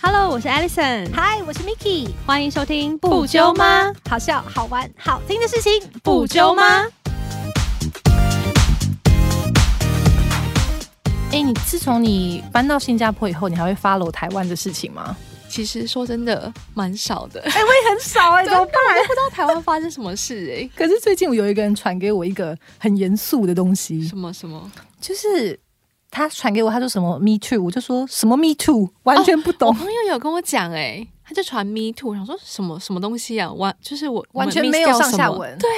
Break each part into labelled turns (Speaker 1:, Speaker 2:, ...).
Speaker 1: Hello，我是 Alison，
Speaker 2: 嗨，我是 Miki，
Speaker 1: 欢迎收听不揪吗？？
Speaker 2: 好笑、好玩、好听的事情，
Speaker 1: 不揪吗？？
Speaker 3: 哎、你自从你搬到新加坡以后，你还会 follow 台湾的事情吗？
Speaker 4: 其实说真的，蛮少 的。
Speaker 2: 哎、我也很少哎、
Speaker 4: 对
Speaker 2: 怎么办？
Speaker 4: 不知道台湾发生什么事哎、
Speaker 3: 啊
Speaker 1: 欸
Speaker 3: 可是最近我有一个人传给我一个很严肃的东西
Speaker 4: 什，么什么？
Speaker 3: 就是他传给我，他说什么 “me too”，我就说什么 “me too”，完全不懂，
Speaker 4: 我朋友有跟我讲哎、他就传 me too，我想说什么什么东西啊？完就是我
Speaker 3: 完全没有上下。
Speaker 4: 我们 miss 掉什么
Speaker 3: 文。对，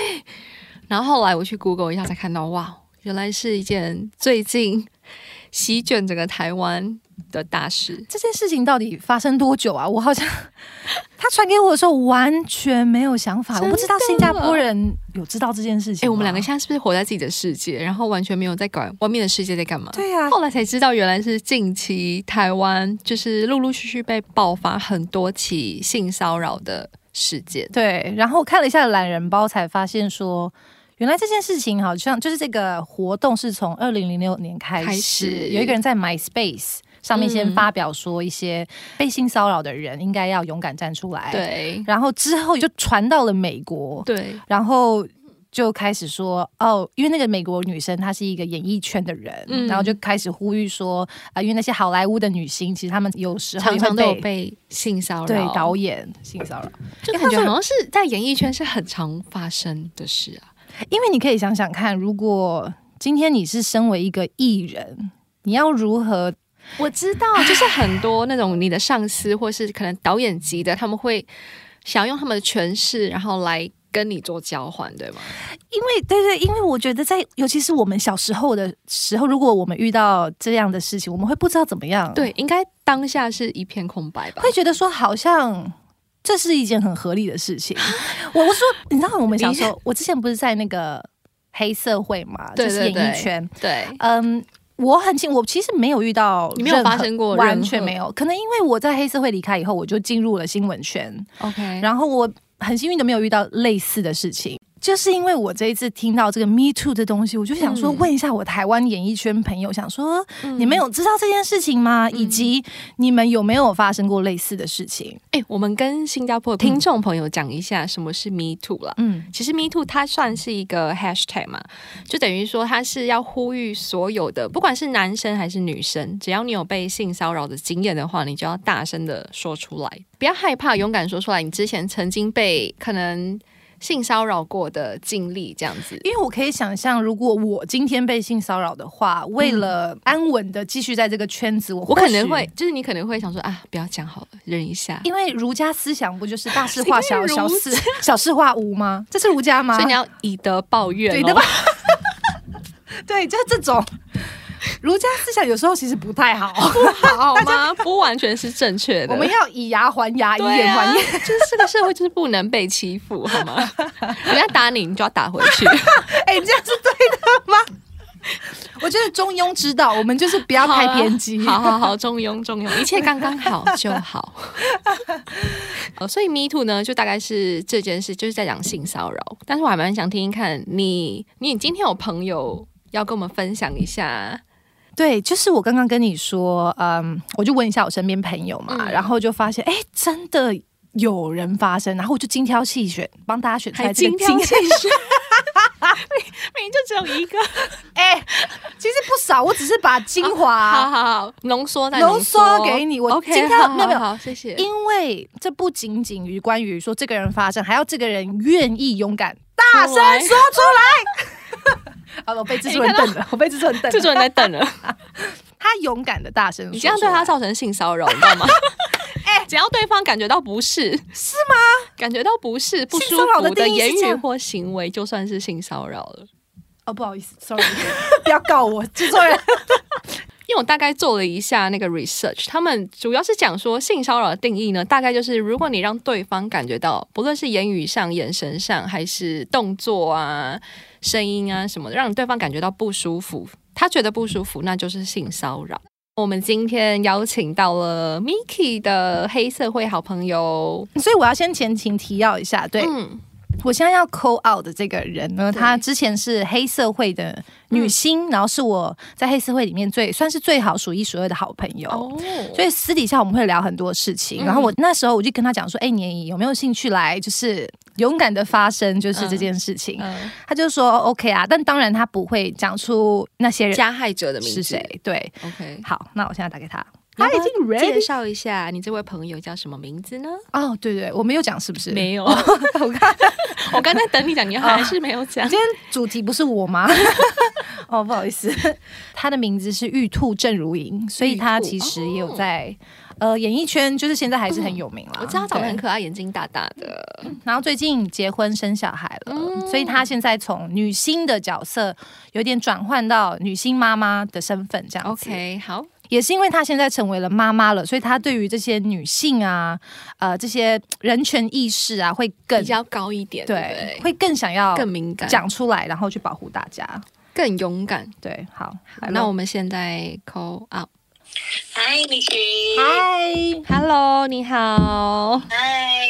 Speaker 4: 然后后来我去 Google 一下才看到，哇，原来是一件最近 席卷整个台湾的大事。
Speaker 3: 这件事情到底发生多久啊？我好像他传给我的时候完全没有想法，
Speaker 4: 真的
Speaker 3: 我不知道新加坡人有知道这件事
Speaker 4: 哎、
Speaker 3: 情吗。
Speaker 4: 我们两个现在是不是活在自己的世界，然后完全没有在管外面的世界在干嘛？
Speaker 3: 对啊，
Speaker 4: 后来才知道，原来是近期台湾就是陆陆续续被爆发很多起性骚扰的事件。
Speaker 3: 对，然后看了一下懒人包，才发现说，原来这件事情好像就是这个活动是从二零零六年开始，
Speaker 4: 开始
Speaker 3: 有一个人在 MySpace 上面先
Speaker 4: 嗯
Speaker 3: 发表说，一些被性骚扰的人应该要勇敢站出来。，
Speaker 4: 对
Speaker 3: 然后之后就传到了美国，
Speaker 4: 对，
Speaker 3: 然后。就开始说哦，因为那个美国女生她是一个演艺圈的人，
Speaker 4: 嗯
Speaker 3: 然后就开始呼吁说啊、因为那些好莱坞的女星，其实她们有时候
Speaker 4: 常
Speaker 3: 也
Speaker 4: 常
Speaker 3: 会
Speaker 4: 都有
Speaker 3: 被
Speaker 4: 被性骚扰，
Speaker 3: 对导演性骚扰。
Speaker 4: 就
Speaker 3: 诶
Speaker 4: 感觉
Speaker 3: 或者
Speaker 4: 好像是在演艺圈是很常发生的事啊。
Speaker 3: 因为你可以想想看，如果今天你是身为一个艺人，你要如何？
Speaker 4: 我知道， 就是很多那种你的上司或是可能导演级的，他们会想用他们的权势，然后来跟你做交换，对吗？
Speaker 3: 因为对对，因为我觉得在，尤其是我们小时候的时候，如果我们遇到这样的事情，我们会不知道怎么样，，
Speaker 4: 对，应该当下是一片空白吧
Speaker 3: 会。觉得说好像。这是一件很合理的事情。我我说，你知道我们小时候，我之前不是在那个黑社会嘛，
Speaker 4: 对
Speaker 3: 就是演
Speaker 4: 对
Speaker 3: 艺
Speaker 4: 对
Speaker 3: 圈。
Speaker 4: 对，
Speaker 3: 嗯，我很清，我其实没有遇到任何，
Speaker 4: 你没有发生过任
Speaker 3: 完
Speaker 4: 何
Speaker 3: 全没有。可能因为我在黑社会离开以后，我就进入了新闻圈，
Speaker 4: OK，
Speaker 3: 然后我很幸运的没有遇到类似的事情，就是因为我这一次听到这个 Me Too 的东西，我就想说
Speaker 4: 嗯
Speaker 3: 问一下我台湾演艺圈朋友，想说
Speaker 4: 嗯
Speaker 3: 你们有知道这件事情吗？以及你们有没有发生过类似的事情？
Speaker 4: 哎、我们跟新加坡的嗯听众朋友讲一下什么是 Me Too 啦。
Speaker 3: 嗯，
Speaker 4: 其实 Me Too 它算是一个 hashtag 嘛，就等于说它是要呼吁所有的，不管是男生还是女生，只要你有被性骚扰的经验的话，你就要大声的说出来，不要害怕，勇敢说出来。你之前曾经被可能性骚扰过的经历，这样子。
Speaker 3: 因为我可以想象，如果我今天被性骚扰的话，为了安稳的继续在这个圈子，我
Speaker 4: 嗯我
Speaker 3: 我
Speaker 4: 可能会，。就是你可能会想说啊，不要讲好了，忍一下。
Speaker 3: 因为儒家思想不就是大 事化小，
Speaker 4: 谁跟
Speaker 3: 小
Speaker 4: 儒
Speaker 3: 事小事化无吗？这是儒家吗？
Speaker 4: 所以你要以德报怨、哦，
Speaker 3: 对的吧？ 对，就是这种儒家思想有时候其实不太好，
Speaker 4: 好吗？不完全是正确的。
Speaker 3: 我们要以牙还牙，以
Speaker 4: 对啊
Speaker 3: 眼还眼。
Speaker 4: 就是这个社会就是不能被欺负，好吗？人家打你，你就要打回去。
Speaker 3: 哎、这样是对的吗？ 我觉得中庸之道，我们就是不要太偏激。
Speaker 4: 好好好，中庸中庸，一切刚刚好就好。哦，所以 Me Too 呢，就大概是这件事，就是在讲性骚扰。但是我还蛮想听听看你，你今天有朋友要跟我们分享一下，
Speaker 3: 对，就是我刚刚跟你说，嗯，我就问一下我身边朋友嘛，
Speaker 4: 嗯
Speaker 3: 然后就发现，哎、真的有人发生，然后我就精挑细选，帮大家选出来
Speaker 4: 还
Speaker 3: 这个
Speaker 4: 精
Speaker 3: 精
Speaker 4: 挑细选，明明就只有一个。
Speaker 3: 哎、其实不少，我只是把精华、
Speaker 4: 好好好，浓缩再
Speaker 3: 浓缩
Speaker 4: 缩
Speaker 3: 给你我
Speaker 4: OK，
Speaker 3: 今天
Speaker 4: 好好
Speaker 3: 没有没有
Speaker 4: 好，谢谢。
Speaker 3: 因为这不仅仅于关于说这个人发生，还要这个人愿意勇敢大声说出来。 哎好了，我被制作人瞪了，我被制作人瞪
Speaker 4: 制
Speaker 3: 了。
Speaker 4: 作人在等了。
Speaker 3: 他勇敢的大声说出来，
Speaker 4: 你这样对他造成性骚扰，你知 道吗？哎、只要对方感觉到不适，是吗？感觉到不适、不舒
Speaker 3: 性骚扰的
Speaker 4: 服的
Speaker 3: 定义是
Speaker 4: 言
Speaker 3: 这
Speaker 4: 语
Speaker 3: 样
Speaker 4: 或行为，就算是性骚扰了。
Speaker 3: 哦，不好意思，sorry，不 要告我，制 作人。
Speaker 4: 因为我大概做了一下那个 research，他们主要是讲说性骚扰的定义呢，大概就是如果你让对方感觉到，不论是言语上、眼神上，还是动作啊、声音啊什么的，让对方感觉到不舒服，他觉得不舒服，那就是性骚扰。我们今天邀请到了 Miki 的黑社会好朋友，
Speaker 3: 所以我要先前情提要一下，对，
Speaker 4: 嗯，
Speaker 3: 我现在要 call out 的这个人呢，她之前是黑社会的女星，然后是我在黑社会里面最算是最好数一数二的好朋友。
Speaker 4: 哦，
Speaker 3: 所
Speaker 4: 以
Speaker 3: 以私底下我们会聊很多事情，
Speaker 4: 嗯
Speaker 3: 然后我那时候我就跟她讲说：“哎、你有没有兴趣来，就是勇敢的发声，就是
Speaker 4: 嗯
Speaker 3: 这件事情？”她就说哦：“OK 啊。”但当然她不会讲出那些人
Speaker 4: 加害者的名字
Speaker 3: 是谁。对，
Speaker 4: ？OK，
Speaker 3: 好，那我现在打给她。
Speaker 4: 他已
Speaker 2: 经
Speaker 4: 介绍一下你这位朋友叫什么名字呢？
Speaker 3: 哦，对对，我没有讲是不是？
Speaker 4: 有，我刚才等你讲，你还是没有讲。
Speaker 3: 今天主题不是我吗？ 哦，不好意思，她的名字是玉兔郑如莹，所以她
Speaker 4: 玉兔哦
Speaker 3: 其实也有在、呃演艺圈，就是现在还是很有名啦。
Speaker 4: 嗯我知道他长得很
Speaker 3: 对
Speaker 4: 可爱，眼睛大大的，
Speaker 3: 然后最近结婚生小孩了，
Speaker 4: 嗯
Speaker 3: 所以她现在从女星的角色有点转换到女星妈妈的身份，这样子。
Speaker 4: OK，好，
Speaker 3: 也是因为她现在成为了妈妈了，所以她对于这些女性啊，呃，这些人权意识啊，会更
Speaker 4: 比较高一点，对
Speaker 3: 对，
Speaker 4: 不对，
Speaker 3: 会更想要
Speaker 4: 更敏感，
Speaker 3: 讲出来，然后去保护大家。
Speaker 4: 更勇敢。
Speaker 3: 对，好，来
Speaker 4: 那
Speaker 3: 咯
Speaker 4: 我们现在 call out，Hello，
Speaker 5: 嗨，Niki，
Speaker 3: 嗨，
Speaker 4: 你好，
Speaker 5: 嗨，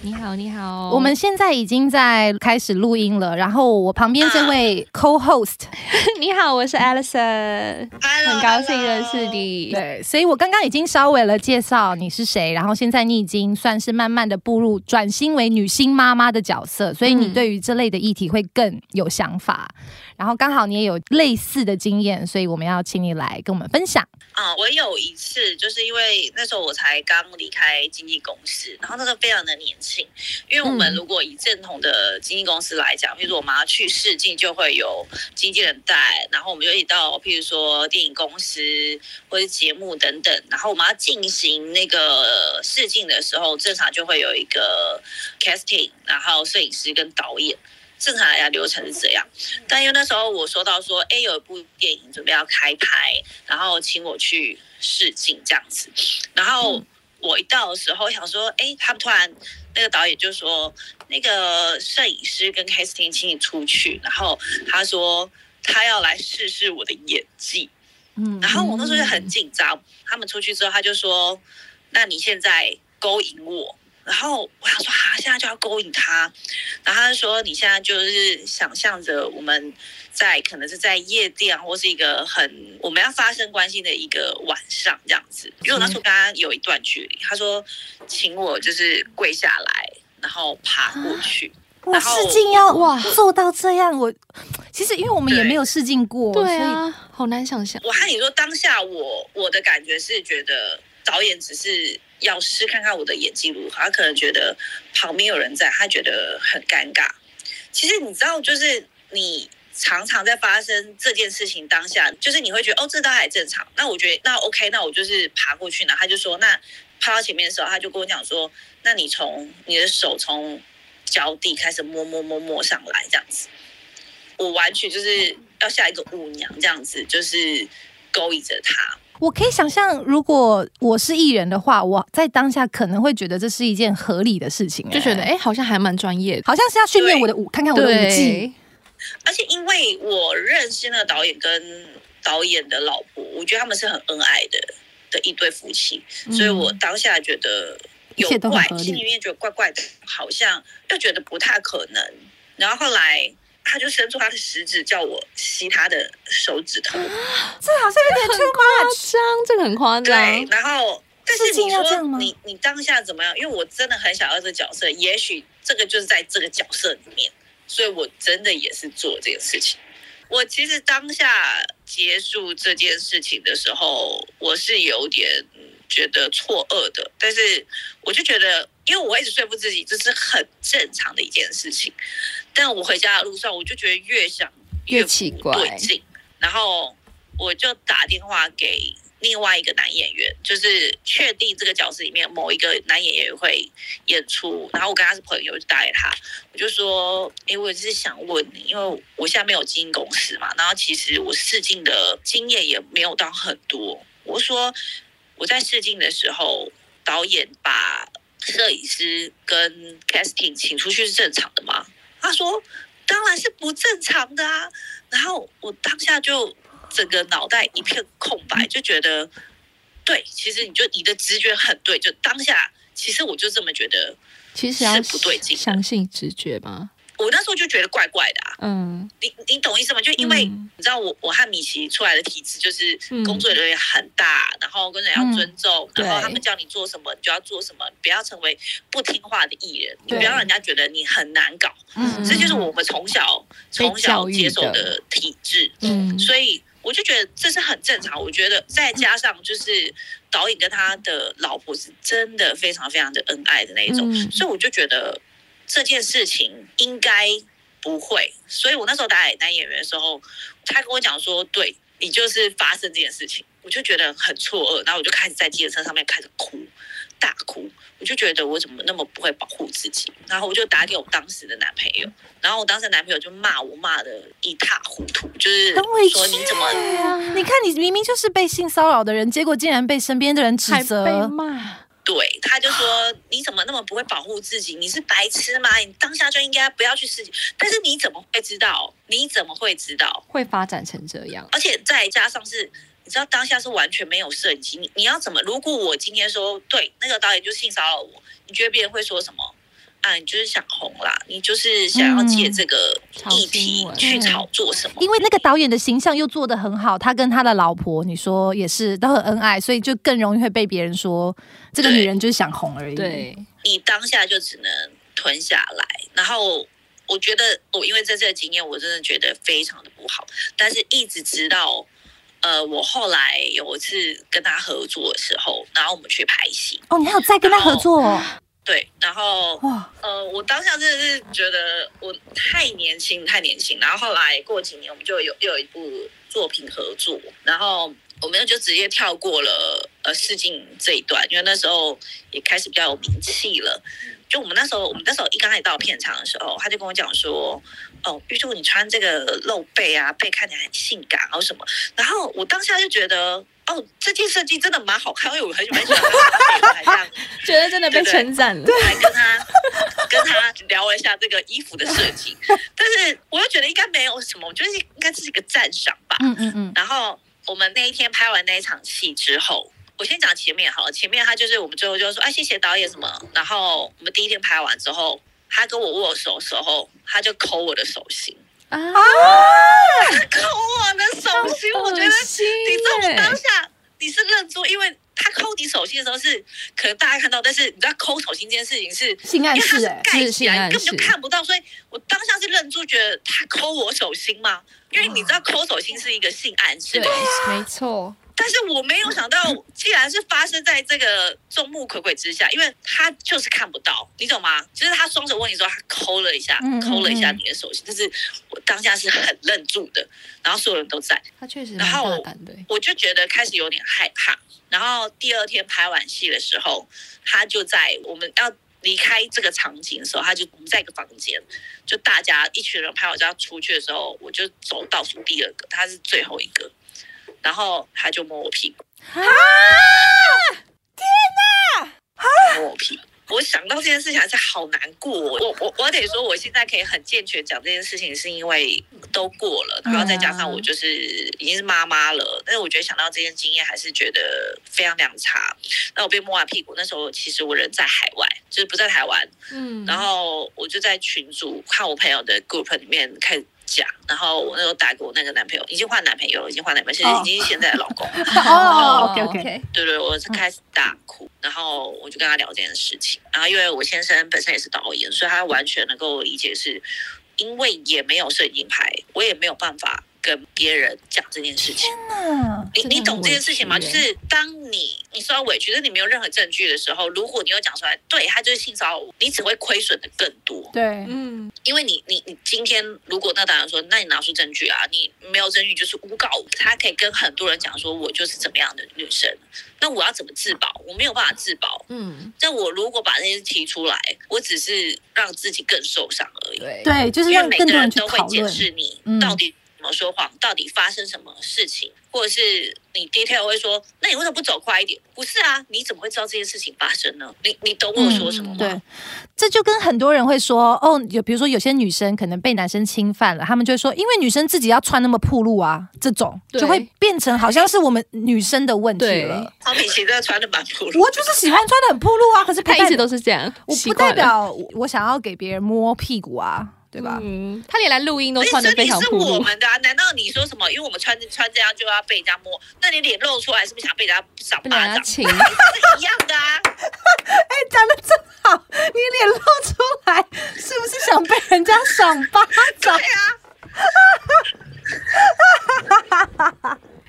Speaker 4: 你好，你好，
Speaker 3: 我们现在已经在开始录音了。然后我旁边
Speaker 4: 啊
Speaker 3: 这位 co-host，
Speaker 4: 你好，我是 Alison，
Speaker 5: 很
Speaker 4: 很高兴认识。你。
Speaker 3: 对，所以我刚刚已经稍微了介绍你是谁，然后现在你已经算是慢慢的步入转型为女星妈妈的角色，所以你
Speaker 4: 嗯
Speaker 3: 对于这类的议题会更有想法。然后刚好你也有类似的经验，所以我们要请你来跟我们分享。
Speaker 5: 啊、我有一次就是因为那时候我才刚离开经纪公司，然后那时候非常的年轻，因为我们
Speaker 4: 嗯
Speaker 5: 如果以正统的经纪公司来讲，譬如说我们要去试镜就会有经纪人带，然后我们就一起到譬如说电影公司或是节目等等，然后我们要进行那个试镜的时候，正常就会有一个 casting，然后摄影师跟导演。正常来讲流程是这样，但因为那时候我说到说，哎，有一部电影准备要开拍，然后请我去试镜这样子。然后我一到的时候，我想说，哎，他们突然那个导演就说，那个摄影师跟 casting 请你出去，然后他说他要来试试我的演技。
Speaker 3: 嗯
Speaker 5: 然后我那时候就很紧张，他们出去之后，他就说：“那你现在勾引我。”然后我想说，哈，现在就要勾引他。然后他就说：“你现在就是想象着我们在可能是在夜店啊或是一个很我们要发生关系的一个晚上这样子。”因为我那时候跟他有一段距离，他说：“请我就是跪下来，然后爬过去。
Speaker 3: 哇，
Speaker 5: 然后
Speaker 3: 试镜要哇
Speaker 5: 哇
Speaker 3: 做到这样，我其实因为我们也
Speaker 5: 对
Speaker 3: 没有试镜过，
Speaker 4: 对啊，好难想象。
Speaker 5: 我和你说，当下我我的感觉是觉得导演只是要试看看我的演技如何，他可能觉得旁边有人在，他觉得很尴尬。其实你知道，就是你常常在发生这件事情当下，就是你会觉得哦，这倒还正常。那我觉得那 OK，那我就是爬过去呢。他就说，那爬到前面的时候，他就跟我讲说，那你从你的手从脚底开始摸摸摸摸上来这样子。我完全就是要下一个舞娘这样子，就是勾引着他。
Speaker 3: 我可以想象，如果我是艺人的话，我在当下可能会觉得这是一件合理的事情、
Speaker 4: 就觉得哎、
Speaker 3: 哎，
Speaker 4: 诶好像还蛮专业的。
Speaker 3: 好像是要训练我的舞，看看我的舞技。
Speaker 4: 对，
Speaker 5: 而且因为我认识那个导演跟导演的老婆，我觉得他们是很恩爱的的一对夫妻，所以我当下觉得有
Speaker 3: 嗯一切都很
Speaker 5: 怪
Speaker 3: 合，理
Speaker 5: 心里面觉得怪怪的，好像又觉得不太可能。然后后来他就伸出他的食指叫我吸他的手指头，
Speaker 4: 夸张，这个很夸张
Speaker 5: 对，。然后但是
Speaker 3: 试镜
Speaker 5: 你
Speaker 3: 要啊这样
Speaker 5: 说
Speaker 3: 吗
Speaker 5: 你你当下怎么样？因为我真的很想要这角色，也许这个就是在这个角色里面，所以我真的也是做这个事情。我其实当下结束这件事情的时候，我是有点觉得错愕的，但是我就觉得，因为我一直说服自己这是很正常的一件事情，但我回家的路上，我就觉得越想
Speaker 4: 越奇
Speaker 5: 不
Speaker 4: 怪
Speaker 5: 对劲，然后我就打电话给另外一个男演员，就是确定这个角色里面某一个男演员会演出，然后我跟他是朋友，我就打给他，我就说，诶，我只是想问你，因为我现在没有经营公司嘛，然后其实我试镜的经验也没有到很多，我说我在试镜的时候，导演把摄影师跟 casting 请出去是正常的吗？他说当然是不正常的啊。然后我当下就整个脑袋一片空白，就觉得对，其实你就你的直觉很对，就当下其实我就这么觉得，
Speaker 4: 其实要
Speaker 5: 是不对劲的
Speaker 4: 相信直觉吧。
Speaker 5: 我那时候就觉得怪怪的啊，
Speaker 4: 嗯，
Speaker 5: 你你懂意思吗？就因为
Speaker 4: 嗯
Speaker 5: 你知道我我和米奇出来的体质就是
Speaker 4: 嗯
Speaker 5: 工作人员很大，然后跟人要尊重，
Speaker 4: 嗯
Speaker 5: 然后
Speaker 4: 对
Speaker 5: 他们叫你做什么你就要做什么，你不要成为不听话的艺人，你
Speaker 3: 对
Speaker 5: 不要让人家觉得你很难搞。
Speaker 4: 嗯
Speaker 5: 这就是我们从小
Speaker 4: 被
Speaker 5: 从小
Speaker 4: 教育
Speaker 5: 接受
Speaker 4: 的
Speaker 5: 的体质，
Speaker 4: 嗯
Speaker 5: 所以我就觉得这是很正常。我觉得再加上就是导演跟他的老婆是真的非常非常的恩爱的那一种，
Speaker 4: 嗯
Speaker 5: 所以我就觉得这件事情应该不会。所以我那时候打演男演员的时候，他跟我讲说，对你就是发生这件事情，我就觉得很错愕，然后我就开始在计程车上面开始哭，大哭。我就觉得我怎么那么不会保护自己，然后我就打给我当时的男朋友，然后我当时的男朋友就骂我骂的一塌糊涂，就是
Speaker 3: 很委屈欸
Speaker 5: 说你怎么
Speaker 3: 啊你看，你明明就是被性骚扰的人，结果竟然被身边的人指
Speaker 4: 还被
Speaker 3: 责。
Speaker 4: 骂，
Speaker 5: 对，他就说你怎么那么不会保护自己？你是白痴吗？你当下就应该不要去试。但是你怎么会知道？你怎么会知道？
Speaker 4: 会发展成这样。
Speaker 5: 而且再加上是，你知道当下是完全没有摄影机，你你要怎么？如果我今天说对那个导演就性骚扰我，你觉得别人会说什么？啊，你就是想红啦，你就是想要借
Speaker 3: 嗯
Speaker 5: 这个
Speaker 4: 炒
Speaker 5: 议
Speaker 4: 新
Speaker 5: 题
Speaker 4: 闻
Speaker 5: 去炒作什么？
Speaker 3: 因为那个导演的形象又做得很好，他跟他的老婆，你说也是都很恩爱，所以就更容易会被别人说这个女人就是想红而已。，
Speaker 4: 对，
Speaker 5: 你当下就只能吞下来。然后我觉得我因为在这个经验，我真的觉得非常的不好。但是一直直到呃，我后来有一次跟他合作的时候，然后我们去拍戏，
Speaker 3: 哦，你还有再跟他合作哦、
Speaker 5: 对，然后
Speaker 3: 哇，
Speaker 5: 呃，我当下真的是觉得我太年轻，太年轻。然后后来过几年，我们就有又有一部作品合作，然后我们就直接跳过了呃试镜这一段，因为那时候也开始比较有名气了。就我们那时候，我们那时候一刚开始到片场的时候，他就跟我讲说：“哦，玉柱，你穿这个露背啊，背看起来很性感，然后什么。”然后我当下就觉得，哦，这件设计真的蛮好看，因为我很喜欢喜欢它的背样子。
Speaker 4: 觉得真的被称赞了。
Speaker 5: 还跟他跟他聊了一下这个衣服的设 计，但是我又觉得应该没有什么，我觉得应该是一个赞赏吧。
Speaker 3: 嗯嗯嗯，
Speaker 5: 然后我们那一天拍完那一场戏之后，我先讲前面好了，前面他就是我们最后就说啊谢谢导演什么，然后我们第一天拍完之后，他跟我握手的时候，他就抠我的手心，
Speaker 4: 啊，
Speaker 5: 抠我的手心，我觉得
Speaker 4: 恶心
Speaker 5: 你知道我
Speaker 4: 耶
Speaker 5: 当下你是愣住，因为他抠你手心的时候是可能大家看到，但是你知道抠手心这件事情是。
Speaker 3: 性暗
Speaker 5: 因为它
Speaker 3: 示
Speaker 5: 是
Speaker 3: 哎、
Speaker 5: 盖
Speaker 4: 是
Speaker 5: 起
Speaker 4: 性
Speaker 5: 来，
Speaker 4: 暗
Speaker 5: 你根本就
Speaker 4: 示
Speaker 5: 看不到，所以我当下是愣住，觉得他抠我手心吗？因为你知道抠手心是一个性暗示
Speaker 4: 对
Speaker 5: 嘛，，
Speaker 4: 没错，
Speaker 5: 但是我没有想到，既然是发生在这个众目睽睽之下，因为他就是看不到，你懂吗？就是他双手问你说他抠了一下
Speaker 3: 嗯嗯，
Speaker 5: 抠了一下你的手心，但是我当下是很愣住的，然后所有人都在，
Speaker 4: 他确实
Speaker 5: 然
Speaker 4: 蛮
Speaker 5: 后
Speaker 4: 大胆的。
Speaker 5: 我就觉得开始有点害怕。然后第二天拍完戏的时候，他就在我们要离开这个场景的时候，他就我们在一个房间，就大家一群人拍完照要出去的时候，我就走倒数第二个，他是最后一个，然后他就摸我屁股，啊！天哪，摸我屁股。我想到这件事情还是好难过哦、我我我得说，我现在可以很健全讲这件事情，是因为都过了，然后再加上我就是已经是妈妈了，但是我觉得想到这件经验，还是觉得非常非常差。那我被摸完屁股，那时候其实我人在海外，就是不在台湾，
Speaker 4: 嗯
Speaker 5: 然后我就在群组看我朋友的 group 里面开始讲，然后我那时候打给我那个男朋友，已经换男朋友了，已经换男朋友，现在
Speaker 3: 哦
Speaker 5: 已经是现在的老公了，
Speaker 3: 哦，OK OK，
Speaker 5: 对对，我是
Speaker 4: 嗯
Speaker 5: 开始大哭，然后我就跟他聊这件事情，然后因为我先生本身也是导演，所以他完全能够理解是，因为也没有摄影牌，我也没有办法跟别人讲这件事情。
Speaker 3: 嗯，
Speaker 5: 你
Speaker 4: 真的
Speaker 5: 你懂
Speaker 4: 很
Speaker 5: 这件
Speaker 4: 委
Speaker 5: 事情吗？
Speaker 4: 屈
Speaker 5: 就
Speaker 4: 欸
Speaker 5: 是当你你受到委屈，但你没有任何证据的时候，如果你又讲出来，对他就是性骚扰我，你只会亏损的更多。
Speaker 3: 对，
Speaker 4: 嗯，
Speaker 5: 因为你你你今天如果那导演说，那你拿出证据啊，你没有证据就是诬告我，他可以跟很多人讲说我就是怎么样的女生，那我要怎么自保？我没有办法自保。
Speaker 4: 嗯，
Speaker 5: 但我如果把这些提出来，我只是让自己更受伤而已。
Speaker 4: 对，
Speaker 3: 对，就是
Speaker 5: 因为
Speaker 3: 让
Speaker 5: 每
Speaker 3: 更
Speaker 5: 个
Speaker 3: 多
Speaker 5: 人
Speaker 3: 人去
Speaker 5: 都会
Speaker 3: 讨
Speaker 5: 检
Speaker 3: 论。
Speaker 5: 视你
Speaker 3: 嗯
Speaker 5: 到底么说谎，到底发生什么事情，或者是你 detail 会说，那你为什么不走快一点？不是啊，你怎么会知道这件事情发生呢？你你懂我说什么吗？
Speaker 3: 嗯对，这就跟很多人会说哦，有比如说有些女生可能被男生侵犯了，他们就会说，因为女生自己要穿那么暴露啊，这种
Speaker 4: 对
Speaker 3: 就会变成好像是我们女生的问题了。
Speaker 5: 好，你其实真的穿的蛮暴露
Speaker 3: 我就是喜欢穿的很暴露啊，可是不
Speaker 4: 他
Speaker 3: 代
Speaker 4: 一直都是这样，
Speaker 3: 我
Speaker 4: 习
Speaker 3: 不
Speaker 4: 惯
Speaker 3: 代
Speaker 4: 了
Speaker 3: 表我想要给别人摸屁股啊，对吧？
Speaker 4: 嗯，他连来录音都
Speaker 5: 而且
Speaker 4: 穿的非常
Speaker 5: 是
Speaker 4: 暴
Speaker 5: 我
Speaker 4: 露。
Speaker 5: 们的啊？难道你说什么？因为我们穿穿这样就要被人家摸？那你脸露出来是不是想被人家赏
Speaker 4: 被
Speaker 5: 巴
Speaker 4: 人
Speaker 5: 掌？哎
Speaker 4: 家请，
Speaker 5: 是一样的啊。
Speaker 3: 哎，讲的真好，你脸露出来，是不是想被人家赏巴掌？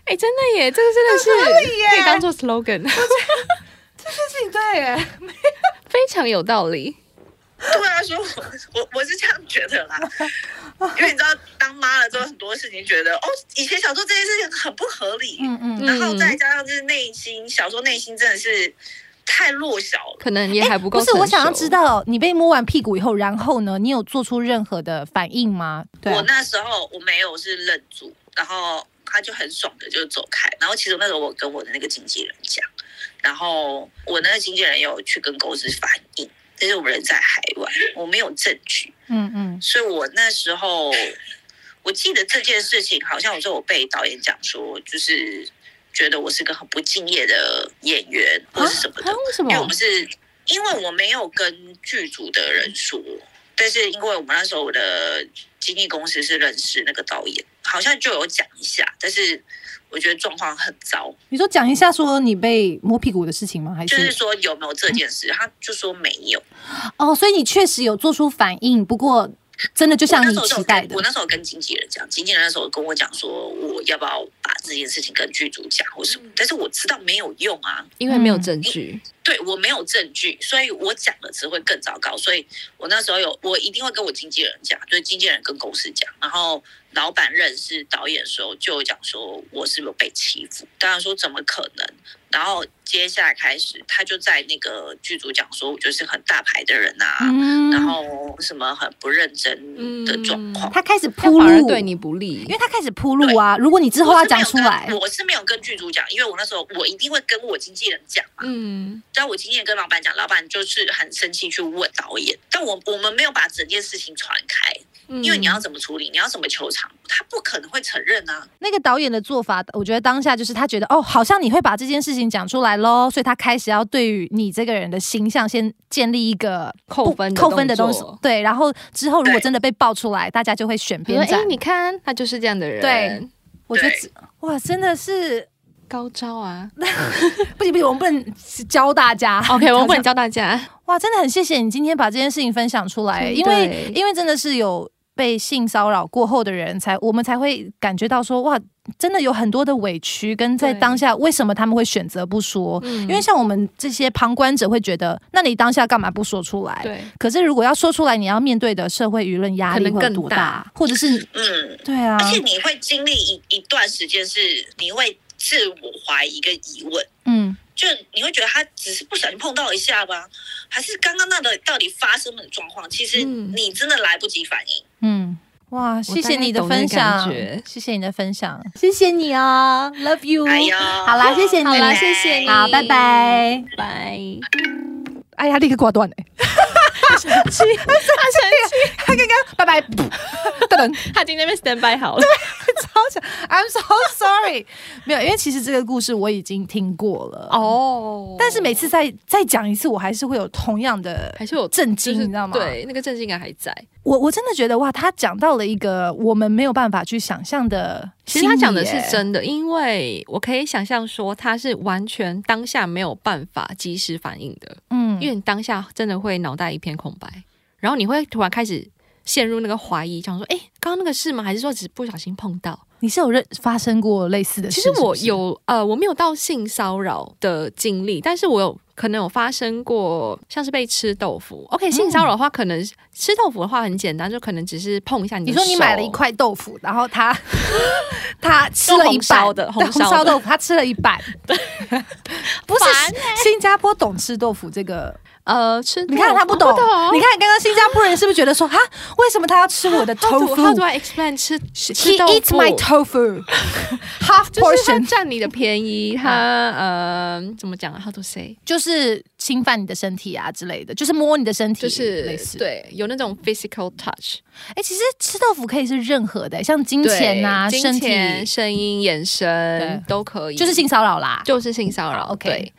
Speaker 4: 哎，真的耶，这个真的是可以当做 slogan，
Speaker 3: 事情对耶，
Speaker 4: 非常有道理。
Speaker 5: 对啊，所以我我我是这样觉得 啦，因为你知道当妈了之后很多事情觉得哦，以前小时候这件事情很不合理，
Speaker 3: 嗯嗯，
Speaker 5: 然后再加上就是内心，小时候内心真的是太弱小了。
Speaker 4: 可能也还不够。
Speaker 3: 哎不是，我想要知，道你被摸完屁股以后，然后呢，你有做出任何的反应吗？对啊、
Speaker 5: 我那时候我没有是愣住，然后他就很爽的就走开。然后其实那时候我跟我的那个经纪人讲，然后我那个经纪人有去跟公司反映，但是我人在海外，我没有证据，
Speaker 3: 嗯嗯
Speaker 5: 所以我那时候我记得这件事情，好像我说我被导演讲说，就是觉得我是个很不敬业的演员或是什么
Speaker 4: 啊
Speaker 5: 的，
Speaker 4: 为什
Speaker 5: 因哎为我
Speaker 4: 么
Speaker 3: 哦
Speaker 5: 们？是因为我没有跟剧组的人说，但是因为我们那时候我的经纪公司是认识那个导演，好像就有讲一下，但是我觉得状况很糟，
Speaker 3: 你说讲一下说你被摸屁股的事情吗？还
Speaker 5: 就是
Speaker 3: 是
Speaker 5: 说有没有这件事，他就说没有。
Speaker 3: 哦，所以你确实有做出反应，不过真的就像
Speaker 5: 我那
Speaker 3: 你
Speaker 5: 时候就
Speaker 3: 期
Speaker 5: 有
Speaker 3: 待
Speaker 5: 跟
Speaker 3: 的
Speaker 5: 我，那时候有跟经纪人讲，经纪人那时候跟我讲说，我要不要把这件事情跟剧组讲或
Speaker 3: 嗯
Speaker 5: 什么，但是我知道没有用啊，
Speaker 4: 因为没有证据，
Speaker 5: 对我没有证据，所以我讲了只会更糟糕。所以我那时候有，我一定会跟我经纪人讲，就是经纪人跟公司讲，然后老板认识导演的时候就有讲说我是不是有被欺负，当然说怎么可能。然后接下来开始，他就在那个剧组讲说我就是很大牌的人啊，
Speaker 3: 嗯
Speaker 5: 然后什么很不认真的状况。
Speaker 3: 他开始
Speaker 4: 他
Speaker 3: 铺
Speaker 4: 反而
Speaker 3: 路，
Speaker 4: 对你不利
Speaker 3: 因。为他开始铺路啊。如果你之后
Speaker 5: 我
Speaker 3: 要
Speaker 5: 是没
Speaker 3: 讲
Speaker 5: 有
Speaker 3: 出
Speaker 5: 跟
Speaker 3: 来，
Speaker 5: 我是没有跟剧组讲，因为我那时候我一定会跟我经纪人讲啊嘛。
Speaker 4: 嗯，
Speaker 5: 但我今天跟老板讲，老板就是很生气去问导演，但我我们没有把整件事情传开，
Speaker 4: 嗯
Speaker 5: 因为你要怎么处理，你要怎么求偿，他不可能会承认啊。
Speaker 3: 那个导演的做法，我觉得当下就是他觉得哦，好像你会把这件事情讲出来喽，所以他开始要对于你这个人的形象先建立一个
Speaker 4: 扣
Speaker 3: 不
Speaker 4: 分的
Speaker 3: 扣分的
Speaker 4: 动
Speaker 3: 东西
Speaker 4: 作，
Speaker 3: 对，然后之后如果
Speaker 5: 对
Speaker 3: 真的被爆出来，大家就会选
Speaker 4: 比如
Speaker 3: 边
Speaker 4: 说，哎
Speaker 3: 站。，
Speaker 4: 你看他就是这样的人，
Speaker 3: 对，我觉得
Speaker 5: 对
Speaker 3: 这哇，真的是
Speaker 4: 高招啊。
Speaker 3: 不行不行，我们不能教大家。
Speaker 5: 哦
Speaker 4: OK，我不能
Speaker 3: 教
Speaker 4: 教大家，
Speaker 3: 哇，真的很谢谢你今天把这件事情分享出来，
Speaker 4: 真的
Speaker 3: 因为因为真的是有被性骚扰过后的人才，我们才会感觉到说哇，真的有很多的委屈，跟在
Speaker 4: 对嗯
Speaker 3: 当下为什么他们会选择不说。
Speaker 4: 因
Speaker 3: 因为像我们这些旁观者会觉得，那你当下干嘛不说出来？。
Speaker 4: 对，
Speaker 3: 可是如果要说出来，你要面对的社会舆论压力
Speaker 4: 可能
Speaker 3: 会有
Speaker 4: 更
Speaker 3: 多
Speaker 4: 大
Speaker 3: 或者是
Speaker 5: 嗯，
Speaker 3: 对啊，
Speaker 5: 而且你会经历一一段时间，是你会自我怀疑跟疑问。
Speaker 3: 嗯，
Speaker 5: 就你会觉得他只是不小心碰到一下吧，还是刚刚那个到底发生了状况？其实
Speaker 4: 嗯
Speaker 5: 你真的来不及反应。
Speaker 3: 嗯，哇，谢谢你的
Speaker 4: 懂那
Speaker 3: 分
Speaker 4: 感
Speaker 3: 享
Speaker 4: 觉，
Speaker 3: 谢谢你的分享，
Speaker 2: 谢谢你
Speaker 1: 啊
Speaker 2: 哦，Love you。
Speaker 5: 哎呦，
Speaker 3: 好啦，谢谢你，
Speaker 4: 好啦，谢谢你，
Speaker 3: 好，拜。拜。
Speaker 4: 拜，
Speaker 3: 哎呀，立刻挂断 哎、他生气，他刚刚拜 拜，噔噔
Speaker 4: 他已经在那边 stand by 好了。
Speaker 3: 超想，I'm so sorry，没有，因为其实这个故事我已经听过了哦，
Speaker 4: 哦
Speaker 3: 但是每次再再讲一次，我还是会有同样的
Speaker 4: 还是有
Speaker 3: 震
Speaker 4: 就
Speaker 3: 惊，
Speaker 4: 是
Speaker 3: 你知道吗？，
Speaker 4: 对，那个震惊感还在。
Speaker 3: 我我真的觉得哇，他讲到了一个我们没有办法去想象的
Speaker 4: 其
Speaker 3: 心
Speaker 4: 实
Speaker 3: 理耶，
Speaker 4: 他讲的是真的，因为我可以想象说他是完全当下没有办法及时反应的，
Speaker 3: 嗯
Speaker 4: 因为你当下真的会脑袋一片空白，然后你会突然开始陷入那个怀疑，想说，哎，刚刚那个是吗？还是说只是不小心碰到？
Speaker 3: 你是有认发生过类似的事
Speaker 4: 其实
Speaker 3: 是不
Speaker 4: 我
Speaker 3: 是
Speaker 4: 有呃，我没有到性骚扰的经历，但是我有可能有发生过，像是被吃豆腐。OK，性
Speaker 3: 嗯
Speaker 4: 骚扰的话，可能吃豆腐的话很简单，就可能只是碰一下你
Speaker 3: 你
Speaker 4: 的
Speaker 3: 说你买了
Speaker 4: 手
Speaker 3: 一块豆腐，然后 他他吃了一
Speaker 4: 红
Speaker 3: 半
Speaker 4: 烧的
Speaker 3: 对
Speaker 4: 红
Speaker 3: 红
Speaker 4: 烧的
Speaker 3: 烧豆腐，他吃了一半，不是新加坡懂吃豆腐这个，
Speaker 4: 呃，吃啊
Speaker 3: 你看他不懂，你看刚刚新加坡人是不是觉得 说啊，为什么 他要吃我的
Speaker 4: How do, how do
Speaker 3: tofu？He
Speaker 4: I explain 吃吃豆腐
Speaker 3: eats my tofu half
Speaker 4: 就是他
Speaker 3: portion，
Speaker 4: 占你的便宜，他呃怎么讲啊？How to say？
Speaker 3: 就是侵犯你的身体啊之类的，就是摸你的身体，
Speaker 4: 就是
Speaker 3: 类似。
Speaker 4: 对，有那种 physical touch，
Speaker 3: 哎，其实吃豆腐可以是任何的，像金钱啊、
Speaker 4: 对
Speaker 3: 身
Speaker 4: 金
Speaker 3: 体，
Speaker 4: 钱、声音、眼神
Speaker 3: 对
Speaker 4: 都可以，
Speaker 3: 就是性骚扰啦。
Speaker 4: 就是性骚扰。
Speaker 3: 啊 OK
Speaker 4: 对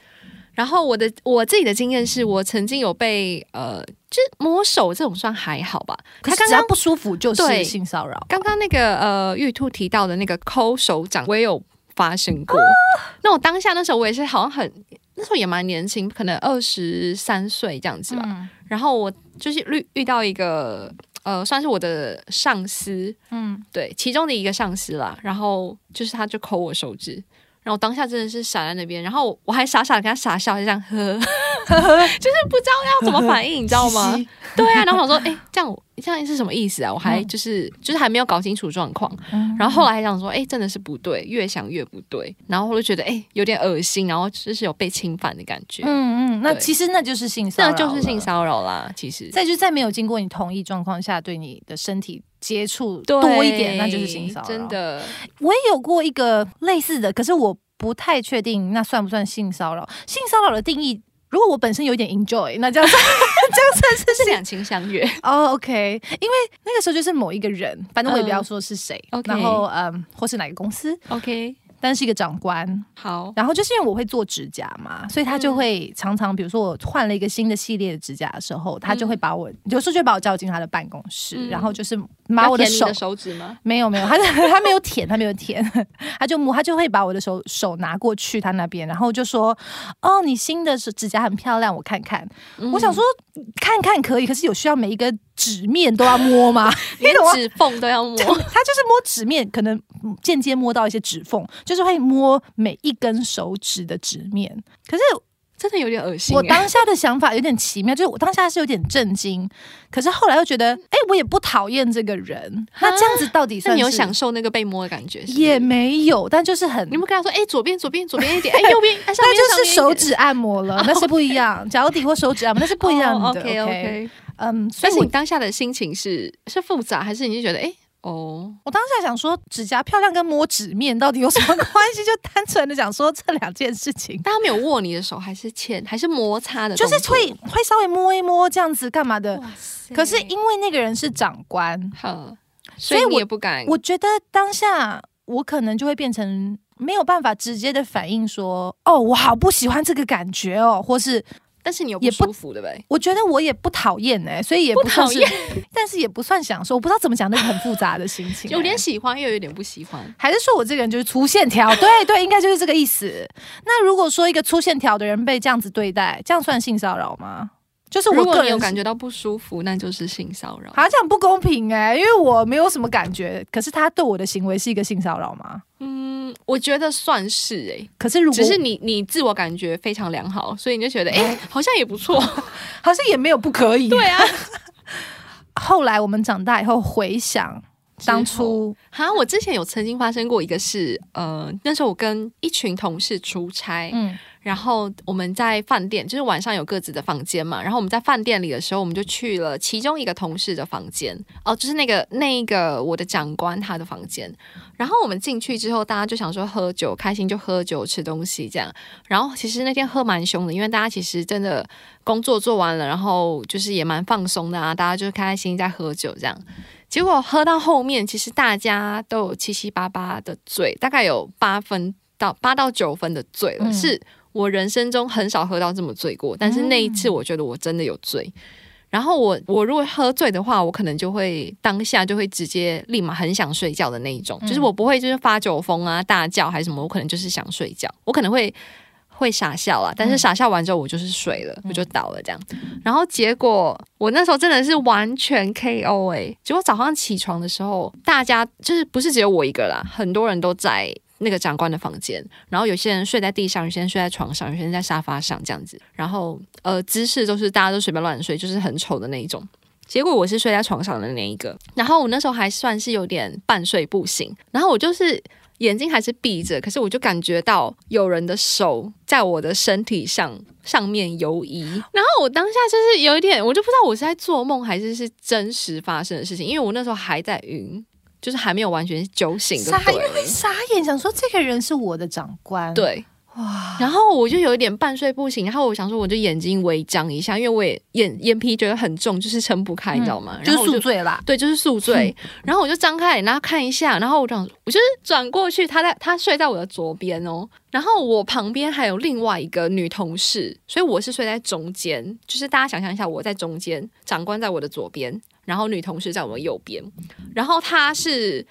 Speaker 4: 然后我的我自己的经验是我曾经有被呃，就是摸手这种算还好吧。
Speaker 3: 可
Speaker 4: 他
Speaker 3: 是
Speaker 4: 刚
Speaker 3: 只要
Speaker 4: 刚
Speaker 3: 不舒服就
Speaker 4: 对
Speaker 3: 是性骚扰。
Speaker 4: 刚刚那个呃玉兔提到的那个抠手掌，我也有发生过。
Speaker 3: 啊
Speaker 4: 那我当下那时候我也是好像很那时候也蛮年轻，可能二十三岁这样子吧。
Speaker 3: 嗯
Speaker 4: 然后我就是遇遇到一个呃，算是我的上司，
Speaker 3: 嗯，
Speaker 4: 对，其中的一个上司啦。然后就是他就抠我手指，然后我当下真的是傻在那边，然后我我还傻傻地跟他傻笑，就这样呵， 就是不知道要怎么反应，你知道吗？
Speaker 3: 嘻嘻嗯
Speaker 4: 对啊，然后我想说，哎、这样我这样是什么意思啊？我还就是、就是还没有搞清楚状况，然后后来还想说，哎、真的是不对，越想越不对，然后我就觉得，哎、有点恶心，然后就是有被侵犯的感觉，
Speaker 3: 嗯嗯，那
Speaker 4: 对
Speaker 3: 其实那就是性骚扰，
Speaker 4: 那就是性。骚扰啦，其实。
Speaker 3: 再就是在没有经过你同意状况下，对你的身体接触
Speaker 4: 对
Speaker 3: 多一点，那就是性骚扰。
Speaker 4: 真，的，
Speaker 3: 我也有过一个类似的，可是我不太确定那算不算性骚扰。性骚扰的定义，如果我本身有一点 enjoy，那这样算这样算是
Speaker 4: 这是
Speaker 3: 性
Speaker 4: 两情相 悦。
Speaker 3: 哦、o k 因为那个时候就是某一个人，反正我也不要说是谁，
Speaker 4: 嗯，OK
Speaker 3: 然后嗯，或是哪个公司，
Speaker 4: OK，
Speaker 3: 但是一个长官，
Speaker 4: 好，
Speaker 3: 然后就是因为我会做指甲嘛，所以他就
Speaker 4: 嗯
Speaker 3: 会常常，比如说我换了一个新的系列的指甲的时候，他就会把我，有时候就会把我叫进他的办公室，
Speaker 4: 嗯
Speaker 3: 然后就是把我的
Speaker 4: 要舔你
Speaker 3: 手
Speaker 4: 的手指吗？
Speaker 3: 没有没有，他他没有舔，他没有舔，他就摸，他就会把我的手手拿过去他那边，然后就说：“哦，你新的指指甲很漂亮，我看看。我
Speaker 4: 嗯
Speaker 3: 想说看看可以，可是有需要每一个指面都要摸吗？你懂吗？。
Speaker 4: 指缝都要摸
Speaker 3: 他就是摸指面，可能嗯间接摸到一些指缝，就是会摸每一根手指的指面。可是
Speaker 4: 真的有点恶心欸。
Speaker 3: 我当下的想法有点奇妙，就是我当下是有点震惊，可是后来又觉得，哎、我也不讨厌这个人，那这样子到底
Speaker 4: 那
Speaker 3: 算
Speaker 4: 你
Speaker 3: 是
Speaker 4: 有享受那个被摸的感觉是不是？
Speaker 3: 也没有，但就是很，
Speaker 4: 你们跟他说，哎、左边左边左边一 点，哎、右边，哎、上面
Speaker 3: 那就是手指按摩了， 那是不一样，脚底或手指按摩那是不一样的。
Speaker 4: 哦 OK OK。
Speaker 3: 嗯，所
Speaker 4: 但
Speaker 3: 以
Speaker 4: 是
Speaker 3: 我
Speaker 4: 你当下的心情是是复杂，还是你就觉得，哎、哦，
Speaker 3: 我当下想说，指甲漂亮跟摸指面到底有什么关系？就 单纯的想说这两件事情。
Speaker 4: 但他没有握你的手，还是牵，还是摩擦的
Speaker 3: 就
Speaker 4: 动
Speaker 3: 是
Speaker 4: 作，
Speaker 3: 会会稍微摸一摸这样子干嘛的。
Speaker 4: 哇塞
Speaker 3: 可是因为那个人是长官，
Speaker 4: 好，
Speaker 3: 所
Speaker 4: 所
Speaker 3: 以
Speaker 4: 以
Speaker 3: 我
Speaker 4: 你也不敢。
Speaker 3: 我觉得当下我可能就会变成没有办法直接的反应说，哦，我好不喜欢这个感觉哦，或是
Speaker 4: 但是你有
Speaker 3: 也
Speaker 4: 不
Speaker 3: 不
Speaker 4: 舒服的呗？
Speaker 3: 我觉得我也不讨厌哎、所以也不算是
Speaker 4: 不讨，
Speaker 3: 但是也不算享受，我不知道怎么讲那个很复杂的心情、欸
Speaker 4: 有点。喜欢，又有点不喜欢。
Speaker 3: 还是说我这个人就是粗线条，对对，应该就是这个意思。那如果说一个粗线条的人被这样子对待，这样算性骚扰吗？就是
Speaker 4: 如
Speaker 3: 我
Speaker 4: 果
Speaker 3: 个
Speaker 4: 你
Speaker 3: 人
Speaker 4: 有
Speaker 3: 是
Speaker 4: 感觉到不舒服，那就是性骚扰。
Speaker 3: 好像不公平哎、因为我没有什么感觉，可是他对我的行为是一个性骚扰吗？
Speaker 4: 嗯，我觉得算是哎、
Speaker 3: 可是如果
Speaker 4: 只是你你自我感觉非常良好，所以你就觉得哎、诶好像也不错。
Speaker 3: 好像也没有不可以。
Speaker 4: 对，啊，
Speaker 3: 后来我们长大以后回想当初，
Speaker 4: 哈，我之前有曾经发生过一个事，呃，那时候我跟一群同事出差，
Speaker 3: 嗯
Speaker 4: 然后我们在饭店，就是晚上有各自的房间嘛，然后我们在饭店里的时候，我们就去了其中一个同事的房间，哦，就是那个那一个我的长官他的房间，然后我们进去之后，大家就想说喝酒，开心就喝酒吃东西这样，然后其实那天喝蛮凶的，因为大家其实真的工作做完了，然后就是也蛮放松的啊，大家就开开心心在喝酒这样。结果喝到后面，其实大家都有七七八八的醉，大概有八分到八到九分的醉了，
Speaker 3: 嗯
Speaker 4: 是我人生中很少喝到这么醉过。但是那一次，我觉得我真的有醉。然后我我如果喝醉的话，我可能就会当下就会直接立马很想睡觉的那一种，就是我不会就是发酒疯啊、大叫还是什么，我可能就是想睡觉，我可能会会傻笑啦，但是傻笑完之后我就是睡了，我就倒了这样。然后结果我那时候真的是完全 KO 哎、结果早上起床的时候，大家就是不是只有我一个啦，很多人都在那个长官的房间，然后有些人睡在地上，有些人睡在床上，有些人在沙发上这样子，然后呃姿势都是大家都随便乱睡，就是很丑的那一种。结果我是睡在床上的那一个，然后我那时候还算是有点半睡不醒，然后我就是眼睛还是闭着，可是我就感觉到有人的手在我的身体上上面游移，然后我当下就是有一点，我就不知道我是在做梦还是是真实发生的事情，因为我那时候还在晕，就是还没有完全酒醒的
Speaker 3: 傻
Speaker 4: 对
Speaker 3: 眼，
Speaker 4: 了。
Speaker 3: 傻眼，想说这个人是我的长官，，
Speaker 4: 对，
Speaker 3: 哇，
Speaker 4: 然后我就有一点半睡不醒，然后我想说我就眼睛微张一下，因为我也眼眼皮觉得很重，就是撑不开，你知道吗？
Speaker 3: 嗯就
Speaker 4: 然后
Speaker 3: 是
Speaker 4: 我
Speaker 3: 宿醉啦，
Speaker 4: 对，就是宿醉。然后我就张开眼，然后看一下，然后我转，我就是转过去，他在他睡在我的左边哦，然后我旁边还有另外一个女同事，所以我是睡在中间，就是大家想象一下，我在中间，长官在我的左边，然后女同事在我右边，然后他是，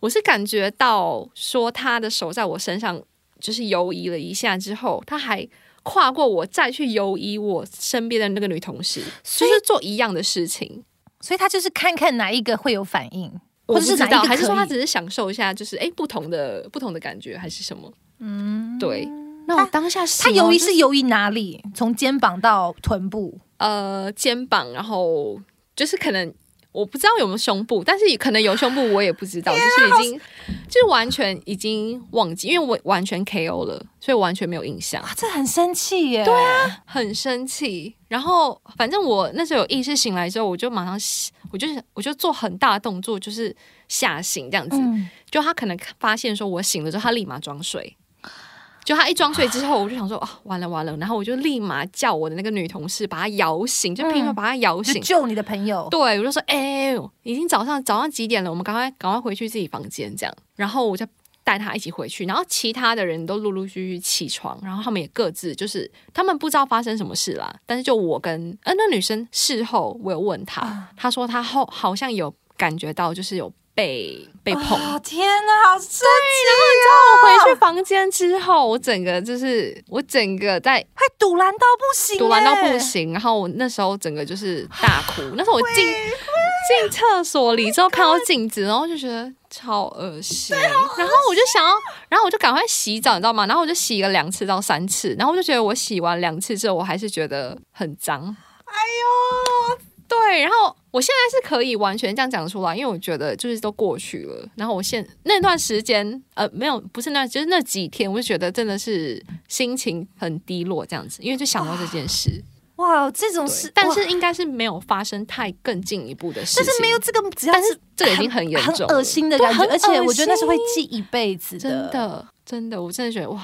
Speaker 4: 我是感觉到说他的手在我身上就是游移了一下之后，他还。跨过我再去游移我身边的那个女同事，就是做一样的事情。
Speaker 3: 所以他就是看看哪一个会有反应，或
Speaker 4: 我不
Speaker 3: 者是
Speaker 4: 知
Speaker 3: 哪一
Speaker 4: 道，
Speaker 3: 个
Speaker 4: 还是
Speaker 3: 可
Speaker 4: 说他
Speaker 3: 以
Speaker 4: 只是享受一下，就是诶不同的不同的感觉，还是什么？
Speaker 3: 嗯，
Speaker 4: 对。那我当下
Speaker 3: 他
Speaker 4: 醒哦
Speaker 3: 游移
Speaker 4: 就是
Speaker 3: 游移哪里？从肩膀到臀部，
Speaker 4: 呃肩膀，然后就是可能我不知道有没有胸部，但是可能有胸部我也不知 道，就是已经就是完全已经忘记，因为我完全 KO 了，所以完全没有印象。
Speaker 3: 哇，这很生气耶！对啊，
Speaker 4: 很生气。然后反正我那时候有意识醒来之后，我就马上洗，我就我就做很大的动作，就是吓醒这样子。
Speaker 3: 嗯
Speaker 4: 就他可能发现说我醒了之后，他立马装睡。就他一装睡之后，我就想说哦，完了完了，然后我就立马叫我的那个女同事把她摇醒，就拼命把她摇
Speaker 3: 就
Speaker 4: 醒。
Speaker 3: 救你的朋友，
Speaker 4: 对，我就说，哎、已经早上早上几点了，我们赶快赶快回去自己房间这样。然后我就带他一起回去，然后其他的人都陆陆续续起床，然后他们也各自就是他们不知道发生什么事啦，但是就我跟呃那女生事后我有问她，她说她后好像有感觉到就是有被被碰。
Speaker 3: 哦天哪，好生气！啊
Speaker 4: 我回去房间之后，我整个就是我整个在
Speaker 3: 快堵拦到不行，欸
Speaker 4: 读完到不。行，然后我那时候整个就是大哭。那时候我进进厕所里之后看到镜子，然后就觉得超恶心。然后我就想要，然后我就赶快洗澡，你知道吗？然后我就洗了两次到三次，然后我就觉得我洗完两次之后，我还是觉得很脏。哎呦，对，然后我现在是可以完全这样讲出来，因为我觉得就是都过去了。然后我现那段时间，呃，没有，不是那，就是那几天，我就觉得真的是心情很低落这样子，因为就想到这件事。
Speaker 3: 哇，这种
Speaker 4: 对
Speaker 3: 事，
Speaker 4: 但
Speaker 3: 哇
Speaker 4: 是应该是没有发生太更进一步的事
Speaker 3: 但
Speaker 4: 情，
Speaker 3: 是没有这个，只要
Speaker 4: 但是
Speaker 3: 是
Speaker 4: 这个已经很严重了
Speaker 3: 很恶心的感觉，
Speaker 4: 对很
Speaker 3: 而且我觉得那是会
Speaker 4: 恶
Speaker 3: 记一辈子
Speaker 4: 真
Speaker 3: 的。
Speaker 4: 的真的，我真的觉得哇。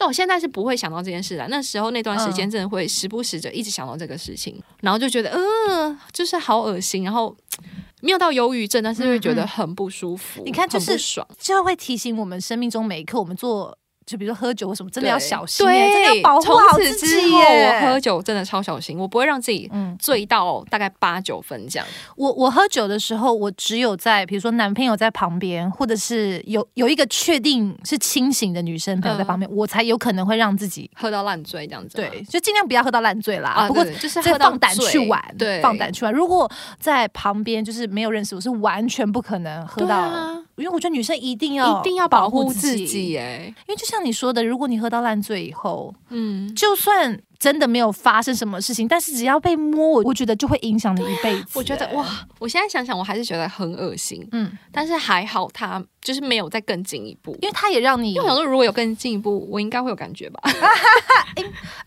Speaker 4: 那我现在是不会想到这件事的。那时候那段时
Speaker 3: 嗯
Speaker 4: 间真的会时不时的一直想到这个事情，然后就觉得嗯、呃就是好恶心，然后嘖没有到忧郁症，但是会觉得很不舒服。
Speaker 3: 嗯你看就
Speaker 4: 很
Speaker 3: 是
Speaker 4: 不爽，
Speaker 3: 就会提醒我们生命中每一刻，我们做就比如说喝酒或什么，真的
Speaker 4: 对
Speaker 3: 要小心耶，真的
Speaker 4: 对，
Speaker 3: 要保护好
Speaker 4: 从
Speaker 3: 自
Speaker 4: 此之
Speaker 3: 己欸
Speaker 4: 后，我
Speaker 3: 耶。
Speaker 4: 喝酒真的超小心，我不会让自己
Speaker 3: 嗯
Speaker 4: 醉到大概八九分这样。
Speaker 3: 我我喝酒的时候，我只有在比如说男朋友在旁边，或者是有有一个确定是清醒的女生朋友
Speaker 4: 嗯
Speaker 3: 在旁边，我才有可能会让自己
Speaker 4: 喝到烂醉这样子吗，
Speaker 3: 对，就尽量不要喝到烂醉啦。
Speaker 4: 啊，
Speaker 3: 不过
Speaker 4: 对对就是
Speaker 3: 这
Speaker 4: 喝到
Speaker 3: 放胆
Speaker 4: 醉
Speaker 3: 去玩，
Speaker 4: 对，
Speaker 3: 放胆去玩。如果在旁边就是没有认识，我是完全不可能喝
Speaker 4: 对
Speaker 3: 到，
Speaker 4: 啊
Speaker 3: 因为我觉得女生一定要
Speaker 4: 一定要保
Speaker 3: 保
Speaker 4: 护
Speaker 3: 自
Speaker 4: 自己哎，
Speaker 3: 因为就像你说的，如果你喝到烂醉以后，
Speaker 4: 嗯，
Speaker 3: 就算真的没有发生什么事情，但是只要被摸，我我觉得就会影响你一辈子、
Speaker 4: 啊我觉得
Speaker 3: 欸，
Speaker 4: 哇，我现在想想我还是觉得很恶心，
Speaker 3: 嗯，
Speaker 4: 但是还好他就是没有再更进一步。
Speaker 3: 因为它也让你
Speaker 4: 因为我想说，如果有更进一步，我应该会有感觉吧。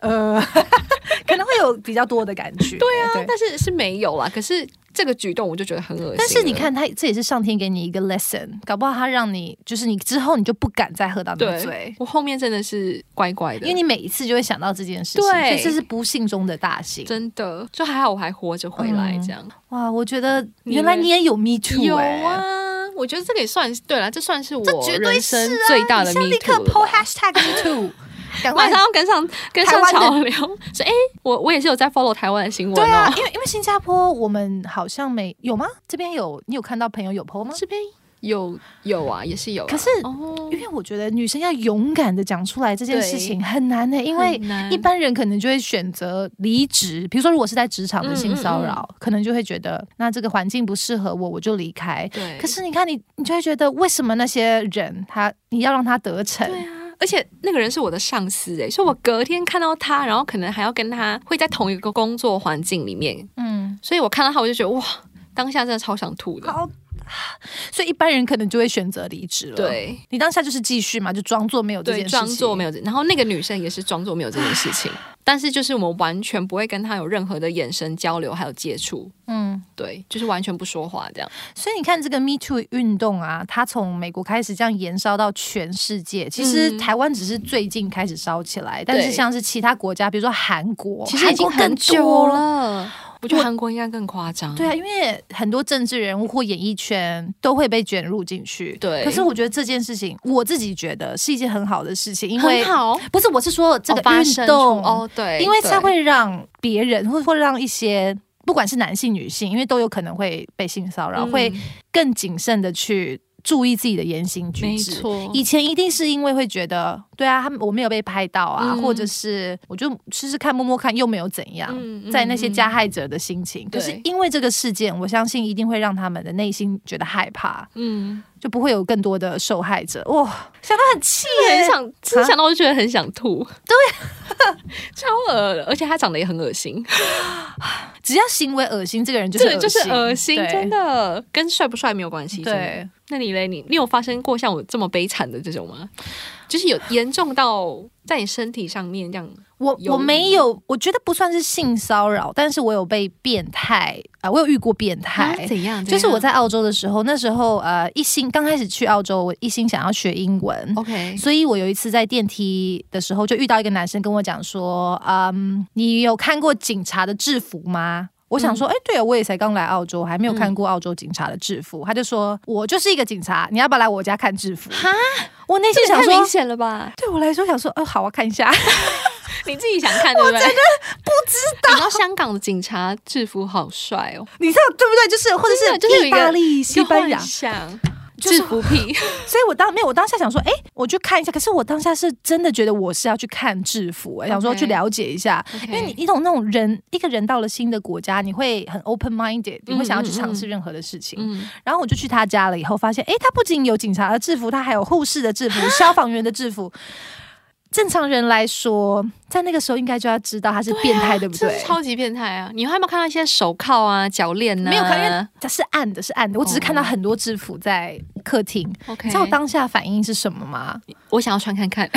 Speaker 3: 呃， 可能会有比较多的感 觉。对啊，
Speaker 4: 但是是没有啦。可是这个举动我就觉得很恶心。
Speaker 3: 但是你，看，他这也是上天给你一个 lesson，搞不好他让你就是你之后你就不敢再喝到那个
Speaker 4: 对
Speaker 3: 醉，
Speaker 4: 我后面真的是乖乖的，
Speaker 3: 因为你每一次就会想到这件事情，
Speaker 4: 对
Speaker 3: 所以这是不幸中的大幸。
Speaker 4: 真的就还好，我还活着回来
Speaker 3: 嗯
Speaker 4: 这样。
Speaker 3: 哇，我觉得
Speaker 4: 你
Speaker 3: 原来你也有 me too，、欸、
Speaker 4: 有啊，我觉得这个也算是对了，这算是
Speaker 3: 这
Speaker 4: 我
Speaker 3: 绝对
Speaker 4: 人
Speaker 3: 是
Speaker 4: 生
Speaker 3: 啊！
Speaker 4: 最大的
Speaker 3: 你现
Speaker 4: me
Speaker 3: 在立
Speaker 4: too
Speaker 3: 刻
Speaker 4: 了
Speaker 3: po
Speaker 4: 吧
Speaker 3: hashtag me too，赶
Speaker 4: 马
Speaker 3: 快
Speaker 4: 上。要跟上跟上
Speaker 3: 台
Speaker 4: 潮
Speaker 3: 湾
Speaker 4: 流，所以哎、我我也是有在 follow 台湾的新闻
Speaker 3: 对
Speaker 4: 哦
Speaker 3: 啊，。因为因为新加坡我们好像没有吗？这边有你有看到朋友有啊 po 吗？
Speaker 4: 这边有有啊，也是有啊、
Speaker 3: 可是
Speaker 4: 哦
Speaker 3: 因为我觉得女生要勇敢的讲出来这件事情哦很难呢、因为
Speaker 4: 很难
Speaker 3: 一般人可能就会选择离职。比如说，如果是在职场的性骚扰，可能就会觉得那这个环境不适合我，我就离开。
Speaker 4: 对，
Speaker 3: 可是你看你，你就会觉得为什么那些人他你要让他得逞？
Speaker 4: 对啊，而且那个人是我的上司哎、
Speaker 3: 嗯
Speaker 4: 所以我隔天看到他，然后可能还要跟他会在同一个工作环境里面，
Speaker 3: 嗯，
Speaker 4: 所以我看到他我就觉得哇，当下真的超想吐的，
Speaker 3: 好所以一般人可能就会选择离职了。，
Speaker 4: 对
Speaker 3: 你当下就是继续嘛，就装作没有这
Speaker 4: 对，
Speaker 3: 件事情，啊
Speaker 4: 装作没有这。然后那个女生也是装作没有这件事情，但是就是我们完全不会跟她有任何的眼神交流，还有接触。
Speaker 3: 嗯。
Speaker 4: 对，就是完全不说话这样。
Speaker 3: 所以你看，这个 Me Too 运动啊，它从美国开始这样延烧到全世界。其实
Speaker 4: 嗯
Speaker 3: 台湾只是最近开始烧起来，但是像是其他国家，比如说韩国，
Speaker 4: 其实已经
Speaker 3: 哦韩国
Speaker 4: 很
Speaker 3: 更
Speaker 4: 久
Speaker 3: 多。
Speaker 4: 了，我觉得韩国应该更夸张。
Speaker 3: 对啊，因为很多政治人物或演艺圈都会被卷入进去。
Speaker 4: 对
Speaker 3: 可是我觉得这件事情，我自己觉得是一件很好的事情，因为
Speaker 4: 很好，
Speaker 3: 不是我是说这个
Speaker 4: 哦发
Speaker 3: 运
Speaker 4: 生出
Speaker 3: 动
Speaker 4: 哦，对，
Speaker 3: 因为它
Speaker 4: 对
Speaker 3: 会让别人，或或让一些不管是男性、女性，因为都有可能会被性骚扰，
Speaker 4: 嗯
Speaker 3: 会更谨慎的去注意自己的言行举
Speaker 4: 没
Speaker 3: 止。
Speaker 4: 错，
Speaker 3: 以前一定是因为会觉得，对啊，他们我没有被拍到啊，
Speaker 4: 嗯
Speaker 3: 或者是我就试试看、摸摸看，又没有怎样，
Speaker 4: 嗯嗯
Speaker 3: 在那些加
Speaker 4: 嗯
Speaker 3: 害者的心情。可是
Speaker 4: 对
Speaker 3: 因为这个事件，我相信一定会让他们的内心觉得害怕，
Speaker 4: 嗯，
Speaker 3: 就不会有更多的受害者。哇，想到很气耶、
Speaker 4: 很想，
Speaker 3: 啊
Speaker 4: 只想到就觉得很想吐，对， 超恶的，而且他长得也很恶心，
Speaker 3: 只要行为恶心，这个人就是
Speaker 4: 对，就是恶心，
Speaker 3: 对
Speaker 4: 真的跟帅不帅没有关系，真的。
Speaker 3: 对。
Speaker 4: 那你嘞，你你有发生过像我这么悲惨的这种吗？就是有严重到在你身体上面这样，啊
Speaker 3: 我
Speaker 4: 有
Speaker 3: 我没有，我觉得不算是性骚扰，但是我有被变态啊、我有遇过变态。
Speaker 4: 啊怎样？
Speaker 3: 就是
Speaker 4: 怎样
Speaker 3: 我在澳洲的时候，那时候呃，一心刚开始去澳洲，我一心想要学英文，
Speaker 4: OK，
Speaker 3: 所以我有一次在电梯的时候就遇到一个男生跟我讲说，嗯，你有看过警察的制服吗？我
Speaker 4: 嗯
Speaker 3: 想说，哎、对啊，我也才刚来澳洲，我还没有看过澳洲警察的制服。他就说，我就是一个警察，你要不要来我家看制服？
Speaker 4: 哈，
Speaker 3: 我内心
Speaker 4: 这也
Speaker 3: 想
Speaker 4: 太
Speaker 3: 说
Speaker 4: 明，显了吧？
Speaker 3: 对我来说想说，呃，好，我看一下。
Speaker 4: 你自己想看对不对？真的不知道。你知道香港的警察制服好帅哦，
Speaker 3: 你知道对不对？就是或者
Speaker 4: 真的就是有
Speaker 3: 是
Speaker 4: 一
Speaker 3: 意
Speaker 4: 个
Speaker 3: 大利、西班牙
Speaker 4: 就很，像
Speaker 3: 就是
Speaker 4: 制服癖，
Speaker 3: 所以我当没有，我当下想说，哎、我去看一下。可是我当下是真的觉得我是要去看制服、诶想说
Speaker 4: OK
Speaker 3: 去了解一下
Speaker 4: OK
Speaker 3: 因为你你懂那种人，一个人到了新的国家，你会很 open minded，你会想要去尝试任何的事情。
Speaker 4: 嗯，
Speaker 3: 然后我就去他家了，以后发现，哎、他不仅有警察的制服，他还有护士的制 服、消防员的制服。正常人来说，在那个时候应该就要知道他是变态，对不
Speaker 4: 啊这
Speaker 3: 对
Speaker 4: 是？超级变态啊！你还有没有看到一些手铐啊、脚链呢？
Speaker 3: 没有看，因为它是暗的，是暗的。我只是看到
Speaker 4: 哦
Speaker 3: 很多制服在客厅，
Speaker 4: OK，
Speaker 3: 你知道我当下反应是什么吗？
Speaker 4: 我想要穿看看，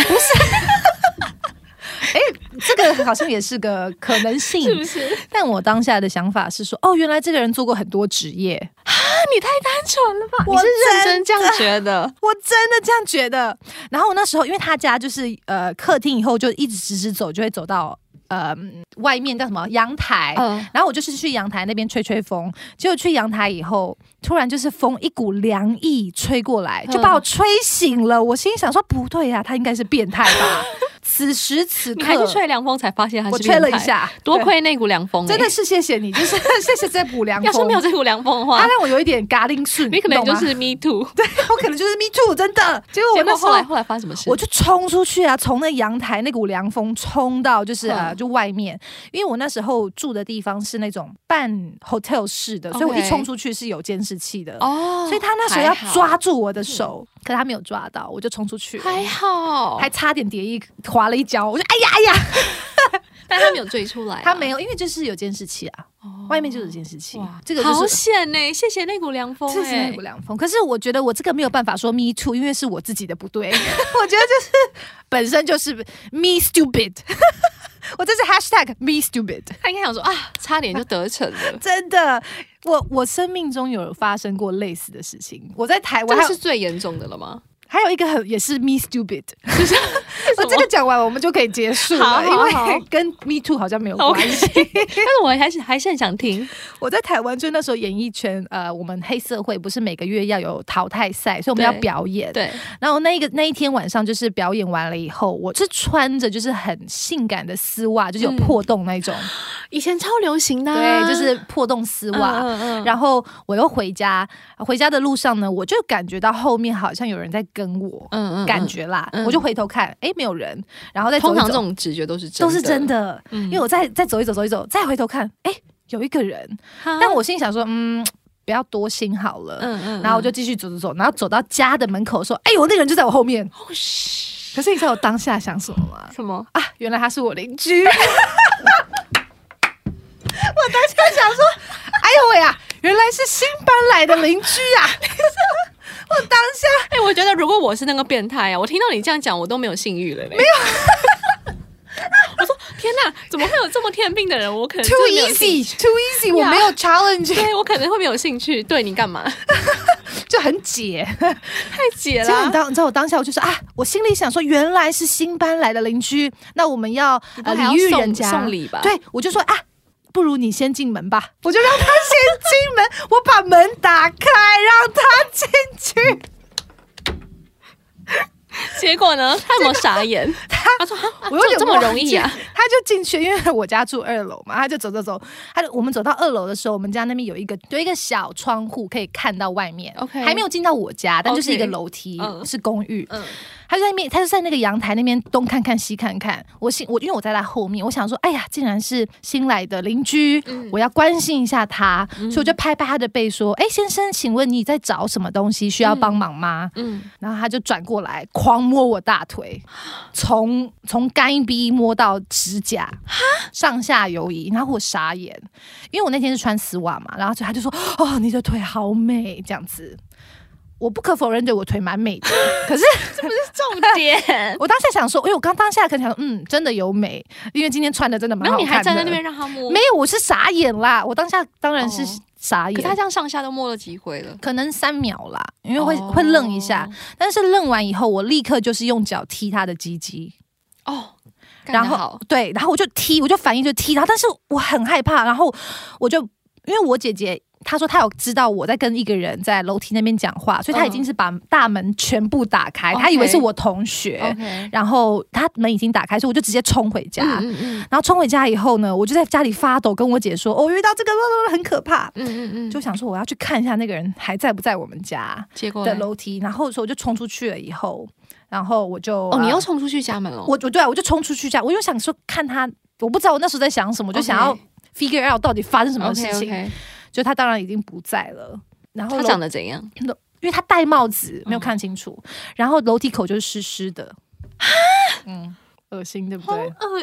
Speaker 3: 这个好像也是个可能性，
Speaker 4: 是不是？那
Speaker 3: 但我当下的想法是说，哦，原来这个人做过很多职业，
Speaker 4: 你太单纯了吧？你
Speaker 3: 我
Speaker 4: 是认真这样觉得？
Speaker 3: 我真的这样觉得。然后我那时候因为他家就是呃客厅以后就一直直直走，就会走到呃外面叫什么阳台。
Speaker 4: 嗯，
Speaker 3: 然后我就是去阳台那边吹吹风，结果去阳台以后，突然就是风一股凉意吹过
Speaker 4: 哦
Speaker 3: 来，就把我吹醒了。我心里想说，不对呀、他应该是变态 吧？此时此
Speaker 4: 你
Speaker 3: 刻，
Speaker 4: 还是吹凉风才发现他是
Speaker 3: 我吹了
Speaker 4: 变
Speaker 3: 一
Speaker 4: 态，
Speaker 3: 下，
Speaker 4: 多
Speaker 3: 对
Speaker 4: 亏那股凉风欸，
Speaker 3: 真的是谢谢你，就是 谢谢这股凉风。
Speaker 4: 要是没有这股凉风的话
Speaker 3: 他，让我有一点嘎铃顺，
Speaker 4: 你可能
Speaker 3: 懂
Speaker 4: 就
Speaker 3: 吗
Speaker 4: 是 me too。
Speaker 3: 对我可能就是 me too，真 的。结果我
Speaker 4: 结
Speaker 3: 那
Speaker 4: 果
Speaker 3: 时
Speaker 4: 后来
Speaker 3: 候
Speaker 4: 后来发生什么事？
Speaker 3: 我就冲出去啊，从那阳台那股凉风冲到就是
Speaker 4: 嗯
Speaker 3: 呃就外面，因为我那时候住的地方是那种半 hotel 式的，所以我
Speaker 4: OK
Speaker 3: 一冲出去是有监视器的。
Speaker 4: 哦，
Speaker 3: 所以他那时候
Speaker 4: 还
Speaker 3: 要
Speaker 4: 好嗯
Speaker 3: 抓住我的手，可他没有抓到，我就冲出去了，
Speaker 4: 还好，
Speaker 3: 还差点跌一滑了一跤，我就哎呀哎呀，
Speaker 4: 但他没有追出来啊，
Speaker 3: 他没有，因为就是有监视器啊，
Speaker 4: 哦
Speaker 3: 外面就是有监视器
Speaker 4: 哇，，
Speaker 3: 这个
Speaker 4: 好
Speaker 3: 就是
Speaker 4: 险呢、谢谢那股凉风、
Speaker 3: 这是
Speaker 4: 哎，
Speaker 3: 那股凉风。可是我觉得我这个没有办法说 me too，因为是我自己的不对。 我觉得就是 本身就是 me stupid，我这是 hashtag me stupid。，
Speaker 4: 他应该想说啊，差点就得逞了
Speaker 3: 真的，我我生命中有发生过类似的事情。 我在台
Speaker 4: 这
Speaker 3: 湾
Speaker 4: 个
Speaker 3: 还
Speaker 4: 是
Speaker 3: 有
Speaker 4: 最严重的 了吗？
Speaker 3: 还有一个很也是 me stupid，
Speaker 4: 就是
Speaker 3: 那这个讲完我们就可以结束
Speaker 4: 好
Speaker 3: 了，因
Speaker 4: 好好
Speaker 3: 为跟 me too 好像没有关
Speaker 4: OK，
Speaker 3: 系。
Speaker 4: 但是我还是还是很想听，
Speaker 3: 我在台湾就那时候演艺圈，呃，我们黑社会不是每个月要有淘汰赛，所以我们要
Speaker 4: 对
Speaker 3: 表演。
Speaker 4: 对，
Speaker 3: 然后那一个那一天晚上，就是表演完了以后，我是穿着就是很性感的丝袜，就是有破洞那一种，
Speaker 4: 以前超流行的啊、
Speaker 3: 对，就是破洞丝袜。
Speaker 4: 嗯嗯嗯
Speaker 3: 然后我又回家，回家的路上呢，我就感觉到后面好像有人在跟我，
Speaker 4: 嗯嗯嗯
Speaker 3: 感觉啦，
Speaker 4: 嗯
Speaker 3: 我就回头看，哎，没有人，然后再走
Speaker 4: 通
Speaker 3: 一
Speaker 4: 常
Speaker 3: 走
Speaker 4: 这种直觉都是真的
Speaker 3: 都是真，的，
Speaker 4: 嗯
Speaker 3: 因为我再再走一走，走一走，再回头看，哎，有一个人，
Speaker 4: 哈
Speaker 3: 但我心里想说，嗯，不要多心好了，
Speaker 4: 啊嗯嗯，
Speaker 3: 然后我哦就继续走走走，然后走到家的门口的时候，哎呦，那个人就在我后面。可是你知道我当下想什么吗？
Speaker 4: 哦什么？
Speaker 3: 啊，原来他 是我邻居。我当下想说，哎呦喂啊，原来是新搬来的邻居 啊！我当下
Speaker 4: 哎、我觉得如果我是那个变态啊，我听到你这样讲，我都没有性欲了嘞。没有。 我说天哪，怎么会有这么天命的人？我可能
Speaker 3: too
Speaker 4: 真的没有兴
Speaker 3: easy too easy，我
Speaker 4: 呀
Speaker 3: 没有 challenge，
Speaker 4: 对我可能会没有兴趣。对你 干嘛？
Speaker 3: 就很解。
Speaker 4: 太解
Speaker 3: 结果
Speaker 4: 啦
Speaker 3: 你！当你知道我当下我就说啊，我心里想说原来是新搬来的邻居，那我们要
Speaker 4: 不
Speaker 3: 呃
Speaker 4: 还要
Speaker 3: 礼遇
Speaker 4: 送
Speaker 3: 人家
Speaker 4: 送礼吧
Speaker 3: 对，我就说啊。不如你先进门吧，我就让他先进门， 我把门打开，让他进
Speaker 4: 嗯
Speaker 3: 去。
Speaker 4: 结果呢？他有没有 傻眼？他说：“啊
Speaker 3: 我有点
Speaker 4: 这么
Speaker 3: 忘
Speaker 4: 容易
Speaker 3: 记
Speaker 4: 啊
Speaker 3: 他就进去，因为我家住二楼嘛，他就走走走，他就我们走到二楼的时候，我们家那边有一个有一个小窗户可以看到外面
Speaker 4: OK
Speaker 3: 还没有进到我家，但就是一个
Speaker 4: OK
Speaker 3: 楼梯
Speaker 4: 嗯
Speaker 3: 是公寓，
Speaker 4: 嗯
Speaker 3: 他就在那边，他就在那个阳台那边东看看西看看。我心我因为我在他后面，我想说，哎呀，竟然是新来的邻居，我要关心一下他，所以我就拍拍他的背说，哎，先生，请问你在找什么东西？需要帮忙吗？
Speaker 4: 嗯，
Speaker 3: 然后他就转过来，狂摸我大腿，从从干逼摸到指甲，上下游移，然后我傻眼，因为我那天是穿丝袜嘛，然后就他就说：“哦，你的腿好美。”这样子，我不可否认，对我腿蛮美的，可是这不是重
Speaker 1: 点。
Speaker 3: 我当下想说，因为我刚当下可能想说，嗯，真的有美，因为今天穿的真的蛮
Speaker 4: 然
Speaker 3: 好
Speaker 4: 后
Speaker 3: 看的。
Speaker 4: 你还站在那边让他摸，
Speaker 3: 没有，我是傻眼啦，我当下当然是
Speaker 4: 哦
Speaker 3: 傻
Speaker 4: 可
Speaker 3: 眼。
Speaker 4: 是他这样上下都摸了几回了，
Speaker 3: 可能三秒啦，因为会、
Speaker 4: 哦
Speaker 3: 会愣一下，但是愣完以后，我立刻就是用脚踢他的鸡鸡，
Speaker 4: 哦，干得
Speaker 3: 然后
Speaker 4: 好
Speaker 3: 对，然后我就踢，我就反应就踢他，但是我很害怕，然后我就因为我姐姐。她说她有知道我在跟一个人在楼梯那边讲话，所以
Speaker 4: 嗯
Speaker 3: 她已经是把大门全部打开，她以为是我同学
Speaker 4: OK，
Speaker 3: 然后她门已经打开，所以我就直接冲回家。
Speaker 4: 嗯嗯嗯
Speaker 3: 然后冲回家以后呢，我就在家里发抖，跟我姐说：“哦，我遇到这个很可怕。
Speaker 4: 嗯嗯嗯，
Speaker 3: 就想说我要去看一下那个人还在不在我们家
Speaker 4: 结果嘞
Speaker 3: 的楼梯，然后所以我就冲出去了。以后，然后我就
Speaker 4: 哦，你
Speaker 3: 又
Speaker 4: 又冲出去家门了，
Speaker 3: 啊我我对啊，我就冲出去这样，我就想说看他，我不知道我那时候在想什么，我就想要
Speaker 4: OK
Speaker 3: figure out 到底发生什么事
Speaker 4: OK
Speaker 3: 情。
Speaker 4: OK，
Speaker 3: 就他当然已经不在了，然后
Speaker 4: 他
Speaker 3: 楼
Speaker 4: 长得怎样？
Speaker 3: 因为他戴帽子
Speaker 4: 嗯
Speaker 3: 没有看清楚，然后楼梯口就是湿湿的，嗯，恶心对不对？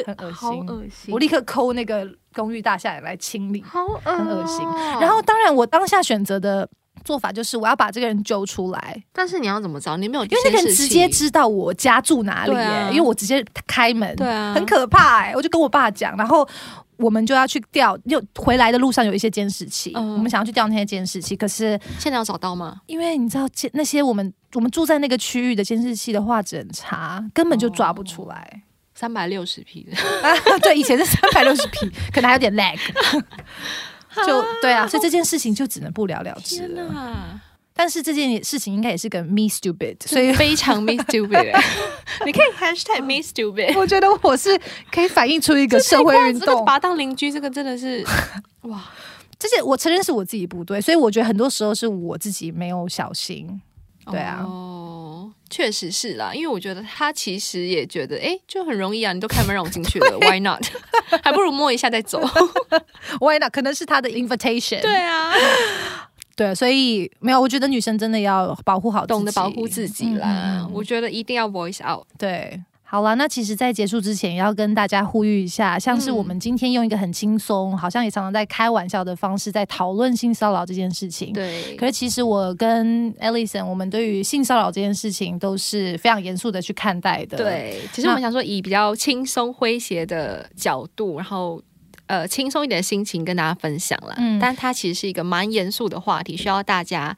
Speaker 3: 很恶
Speaker 4: 好
Speaker 3: 心
Speaker 4: 恶心
Speaker 3: 我立刻抠那个公寓大厦来清理，
Speaker 4: 好恶，
Speaker 3: 很恶心。
Speaker 4: 哦
Speaker 3: 然后当然我当下选择的。做法就是我要把这个人揪出来，
Speaker 4: 但是你要怎么找？你没有，因
Speaker 3: 因为那个人直接知道我家住哪里、耶
Speaker 4: 对啊
Speaker 3: 因为我直接开门，
Speaker 4: 对啊，
Speaker 3: 很可怕哎、我就跟我爸讲，然后我们就要去调，又回来的路上有一些监视器，
Speaker 4: 嗯
Speaker 3: 我们想要去调那些监视器，可是
Speaker 4: 现在要找到吗？
Speaker 3: 因为你知道监那些我们我们住在那个区域的监视器的画质很差，根本就抓不出来。
Speaker 4: 三百六十匹的，
Speaker 3: 啊， 对，以前是三百六十 P，可 能还有点 lag。就对啊，所以这件事情就只能不了了之了。
Speaker 4: 哪！
Speaker 3: 但是这件事情应该也是个 me stupid，所
Speaker 4: 所以
Speaker 3: 以
Speaker 4: 非常 me stupid，欸 你可以 hashtag me stupid。
Speaker 3: 我觉得我是可以反映出一个社会运
Speaker 4: 这个
Speaker 3: 动
Speaker 4: 把。他当邻居，这个真的是哇！
Speaker 3: 这些我承认是我自己不对，所以我觉得很多时候是我自己没有小心。对啊
Speaker 4: 哦，确实是啦，因为我觉得他其实也觉得，哎，就很容易啊，你都开门让我进去了，Why not？还 不如摸一下再走。
Speaker 3: Why not？可能是他的 invitation。
Speaker 4: 对啊，
Speaker 3: 对，所以没有，我觉得女生真的要保护好自己，
Speaker 4: 懂得保护自己啦，
Speaker 3: 嗯嗯嗯
Speaker 4: 我觉得一定要 voice out。
Speaker 3: 对。好啦，那其实，在结束之前，也要跟大家呼吁一下，像是我们今天用一个很轻松，好像也常常在开玩笑的方式，在讨论性骚扰这件事情。
Speaker 4: 对，
Speaker 3: 可是其实我跟 Alison，我们对于性骚扰这件事情都是非常严肃的去看待的。，
Speaker 4: 对，其实我们想说以比较轻松诙谐的角度，然后呃轻松一点的心情跟大家分享啦。
Speaker 3: 嗯
Speaker 4: 但它其实是一个蛮严肃的话题，需要大家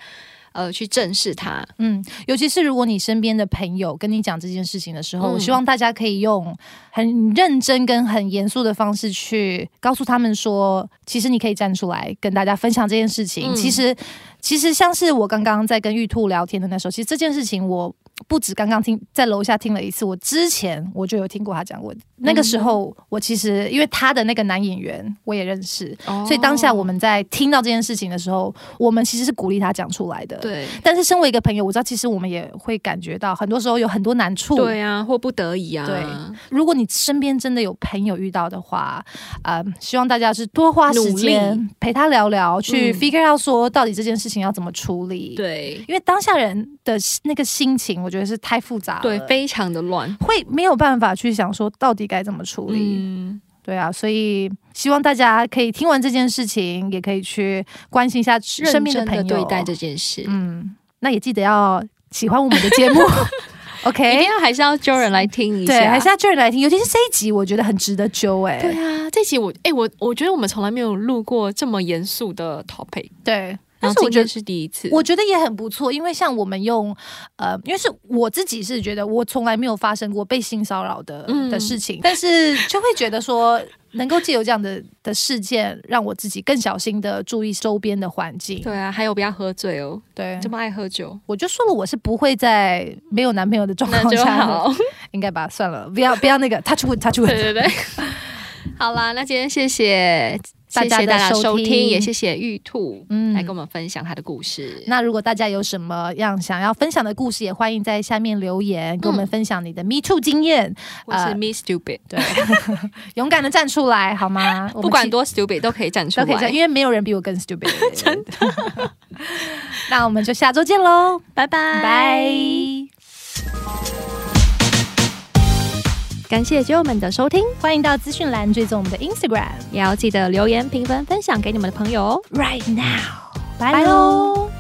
Speaker 4: 呃去正视它。
Speaker 3: 嗯，尤其是如果你身边的朋友跟你讲这件事情的时候，
Speaker 4: 嗯
Speaker 3: 我希望大家可以用很认真跟很严肃的方式去告诉他们说，其实你可以站出来跟大家分享这件事情。
Speaker 4: 嗯
Speaker 3: 其实，其实像是我刚刚在跟玉兔聊天的那时候，其实这件事情我不止刚刚听在楼下听了一次，我之前我就有听过他讲过。那个
Speaker 4: 嗯
Speaker 3: 时候，我其实因为他的那个男演员我也认识，
Speaker 4: 哦
Speaker 3: 所以当下我们在听到这件事情的时候，我们其实是鼓励他讲出来的。。
Speaker 4: 对
Speaker 3: 但是身为一个朋友，我知道其实我们也会感觉到，很多时候有很多难处。
Speaker 4: 对啊，或不得已啊，
Speaker 3: 对如果你身边真的有朋友遇到的话，呃，希望大家是多花时
Speaker 4: 努
Speaker 3: 间陪他聊聊，去
Speaker 4: 嗯
Speaker 3: figure out 说到底这件事情要怎么处理。，
Speaker 4: 对
Speaker 3: 因为当下人的那个心情，我觉得是太复杂了，
Speaker 4: 对，非常的乱。
Speaker 3: 会没有办法去想说到底该怎么处理。
Speaker 4: 嗯，
Speaker 3: 对啊，所以希望大家可以听完这件事情，也可以去关心一下身边
Speaker 4: 认
Speaker 3: 朋
Speaker 4: 真
Speaker 3: 友，
Speaker 4: 地对待这件事，
Speaker 3: 嗯，那也记得要喜欢我们的节 目
Speaker 4: 一定
Speaker 3: ，OK？
Speaker 4: 要还是要揪人来听一下，
Speaker 3: 对，还是要叫人来听，尤其是这一集，我觉得很值得揪哎、
Speaker 4: 对啊。这集我哎、我我觉得我们从来没有录过这么严肃的 topic，
Speaker 3: 对，但
Speaker 4: 然
Speaker 3: 是
Speaker 4: 后
Speaker 3: 我
Speaker 4: 今
Speaker 3: 觉
Speaker 4: 天
Speaker 3: 得。
Speaker 4: 是第一次，
Speaker 3: 我觉得也很不错，因为像我们用，呃，因为是我自己是觉得我从来没有发生过被性骚扰的、
Speaker 4: 嗯
Speaker 3: 的事情，但是 就会觉得说，能够借由这样的的事件，让我自己更小心的注意周边的环境。
Speaker 4: 对啊，还有不要喝醉哦，
Speaker 3: 对，
Speaker 4: 这么爱喝 酒，
Speaker 3: 我就说了，我是不会在没有男朋友的状
Speaker 4: 那
Speaker 3: 况
Speaker 4: 就
Speaker 3: 下，
Speaker 4: 好。
Speaker 3: 应该吧，算了，不要不要那个 touch wood touch wood，
Speaker 4: 对对对，好啦，那今天谢谢
Speaker 3: 大
Speaker 4: 谢
Speaker 3: 家
Speaker 4: 谢
Speaker 3: 的
Speaker 4: 大家
Speaker 3: 收
Speaker 4: 收
Speaker 3: 听
Speaker 4: 听，也谢谢玉兔，
Speaker 3: 嗯
Speaker 4: 来跟我们分享他的故事。
Speaker 3: 那如果大家有什么样想要分享的故事，也欢迎在下面留言，跟我们分享你的 Me Too 经验。
Speaker 4: 我是
Speaker 3: 呃
Speaker 4: Miss Stupid，
Speaker 3: 对， 勇敢的站出来好 吗？我们
Speaker 4: 不管
Speaker 3: 其
Speaker 4: 多 Stupid 都可以站出
Speaker 3: 都可以
Speaker 4: 来
Speaker 3: 站，。因为没有人比我更 stupid。真的。 那我们就下周见喽，
Speaker 1: 拜拜
Speaker 3: 拜。
Speaker 1: 感谢酒友们的收听，
Speaker 3: 欢迎到资讯栏追踪我们的 Instagram
Speaker 1: 也要记得留言、评分、分享给你们的朋友哦。
Speaker 3: right now，拜
Speaker 1: 拜
Speaker 3: 喽。
Speaker 1: 喽。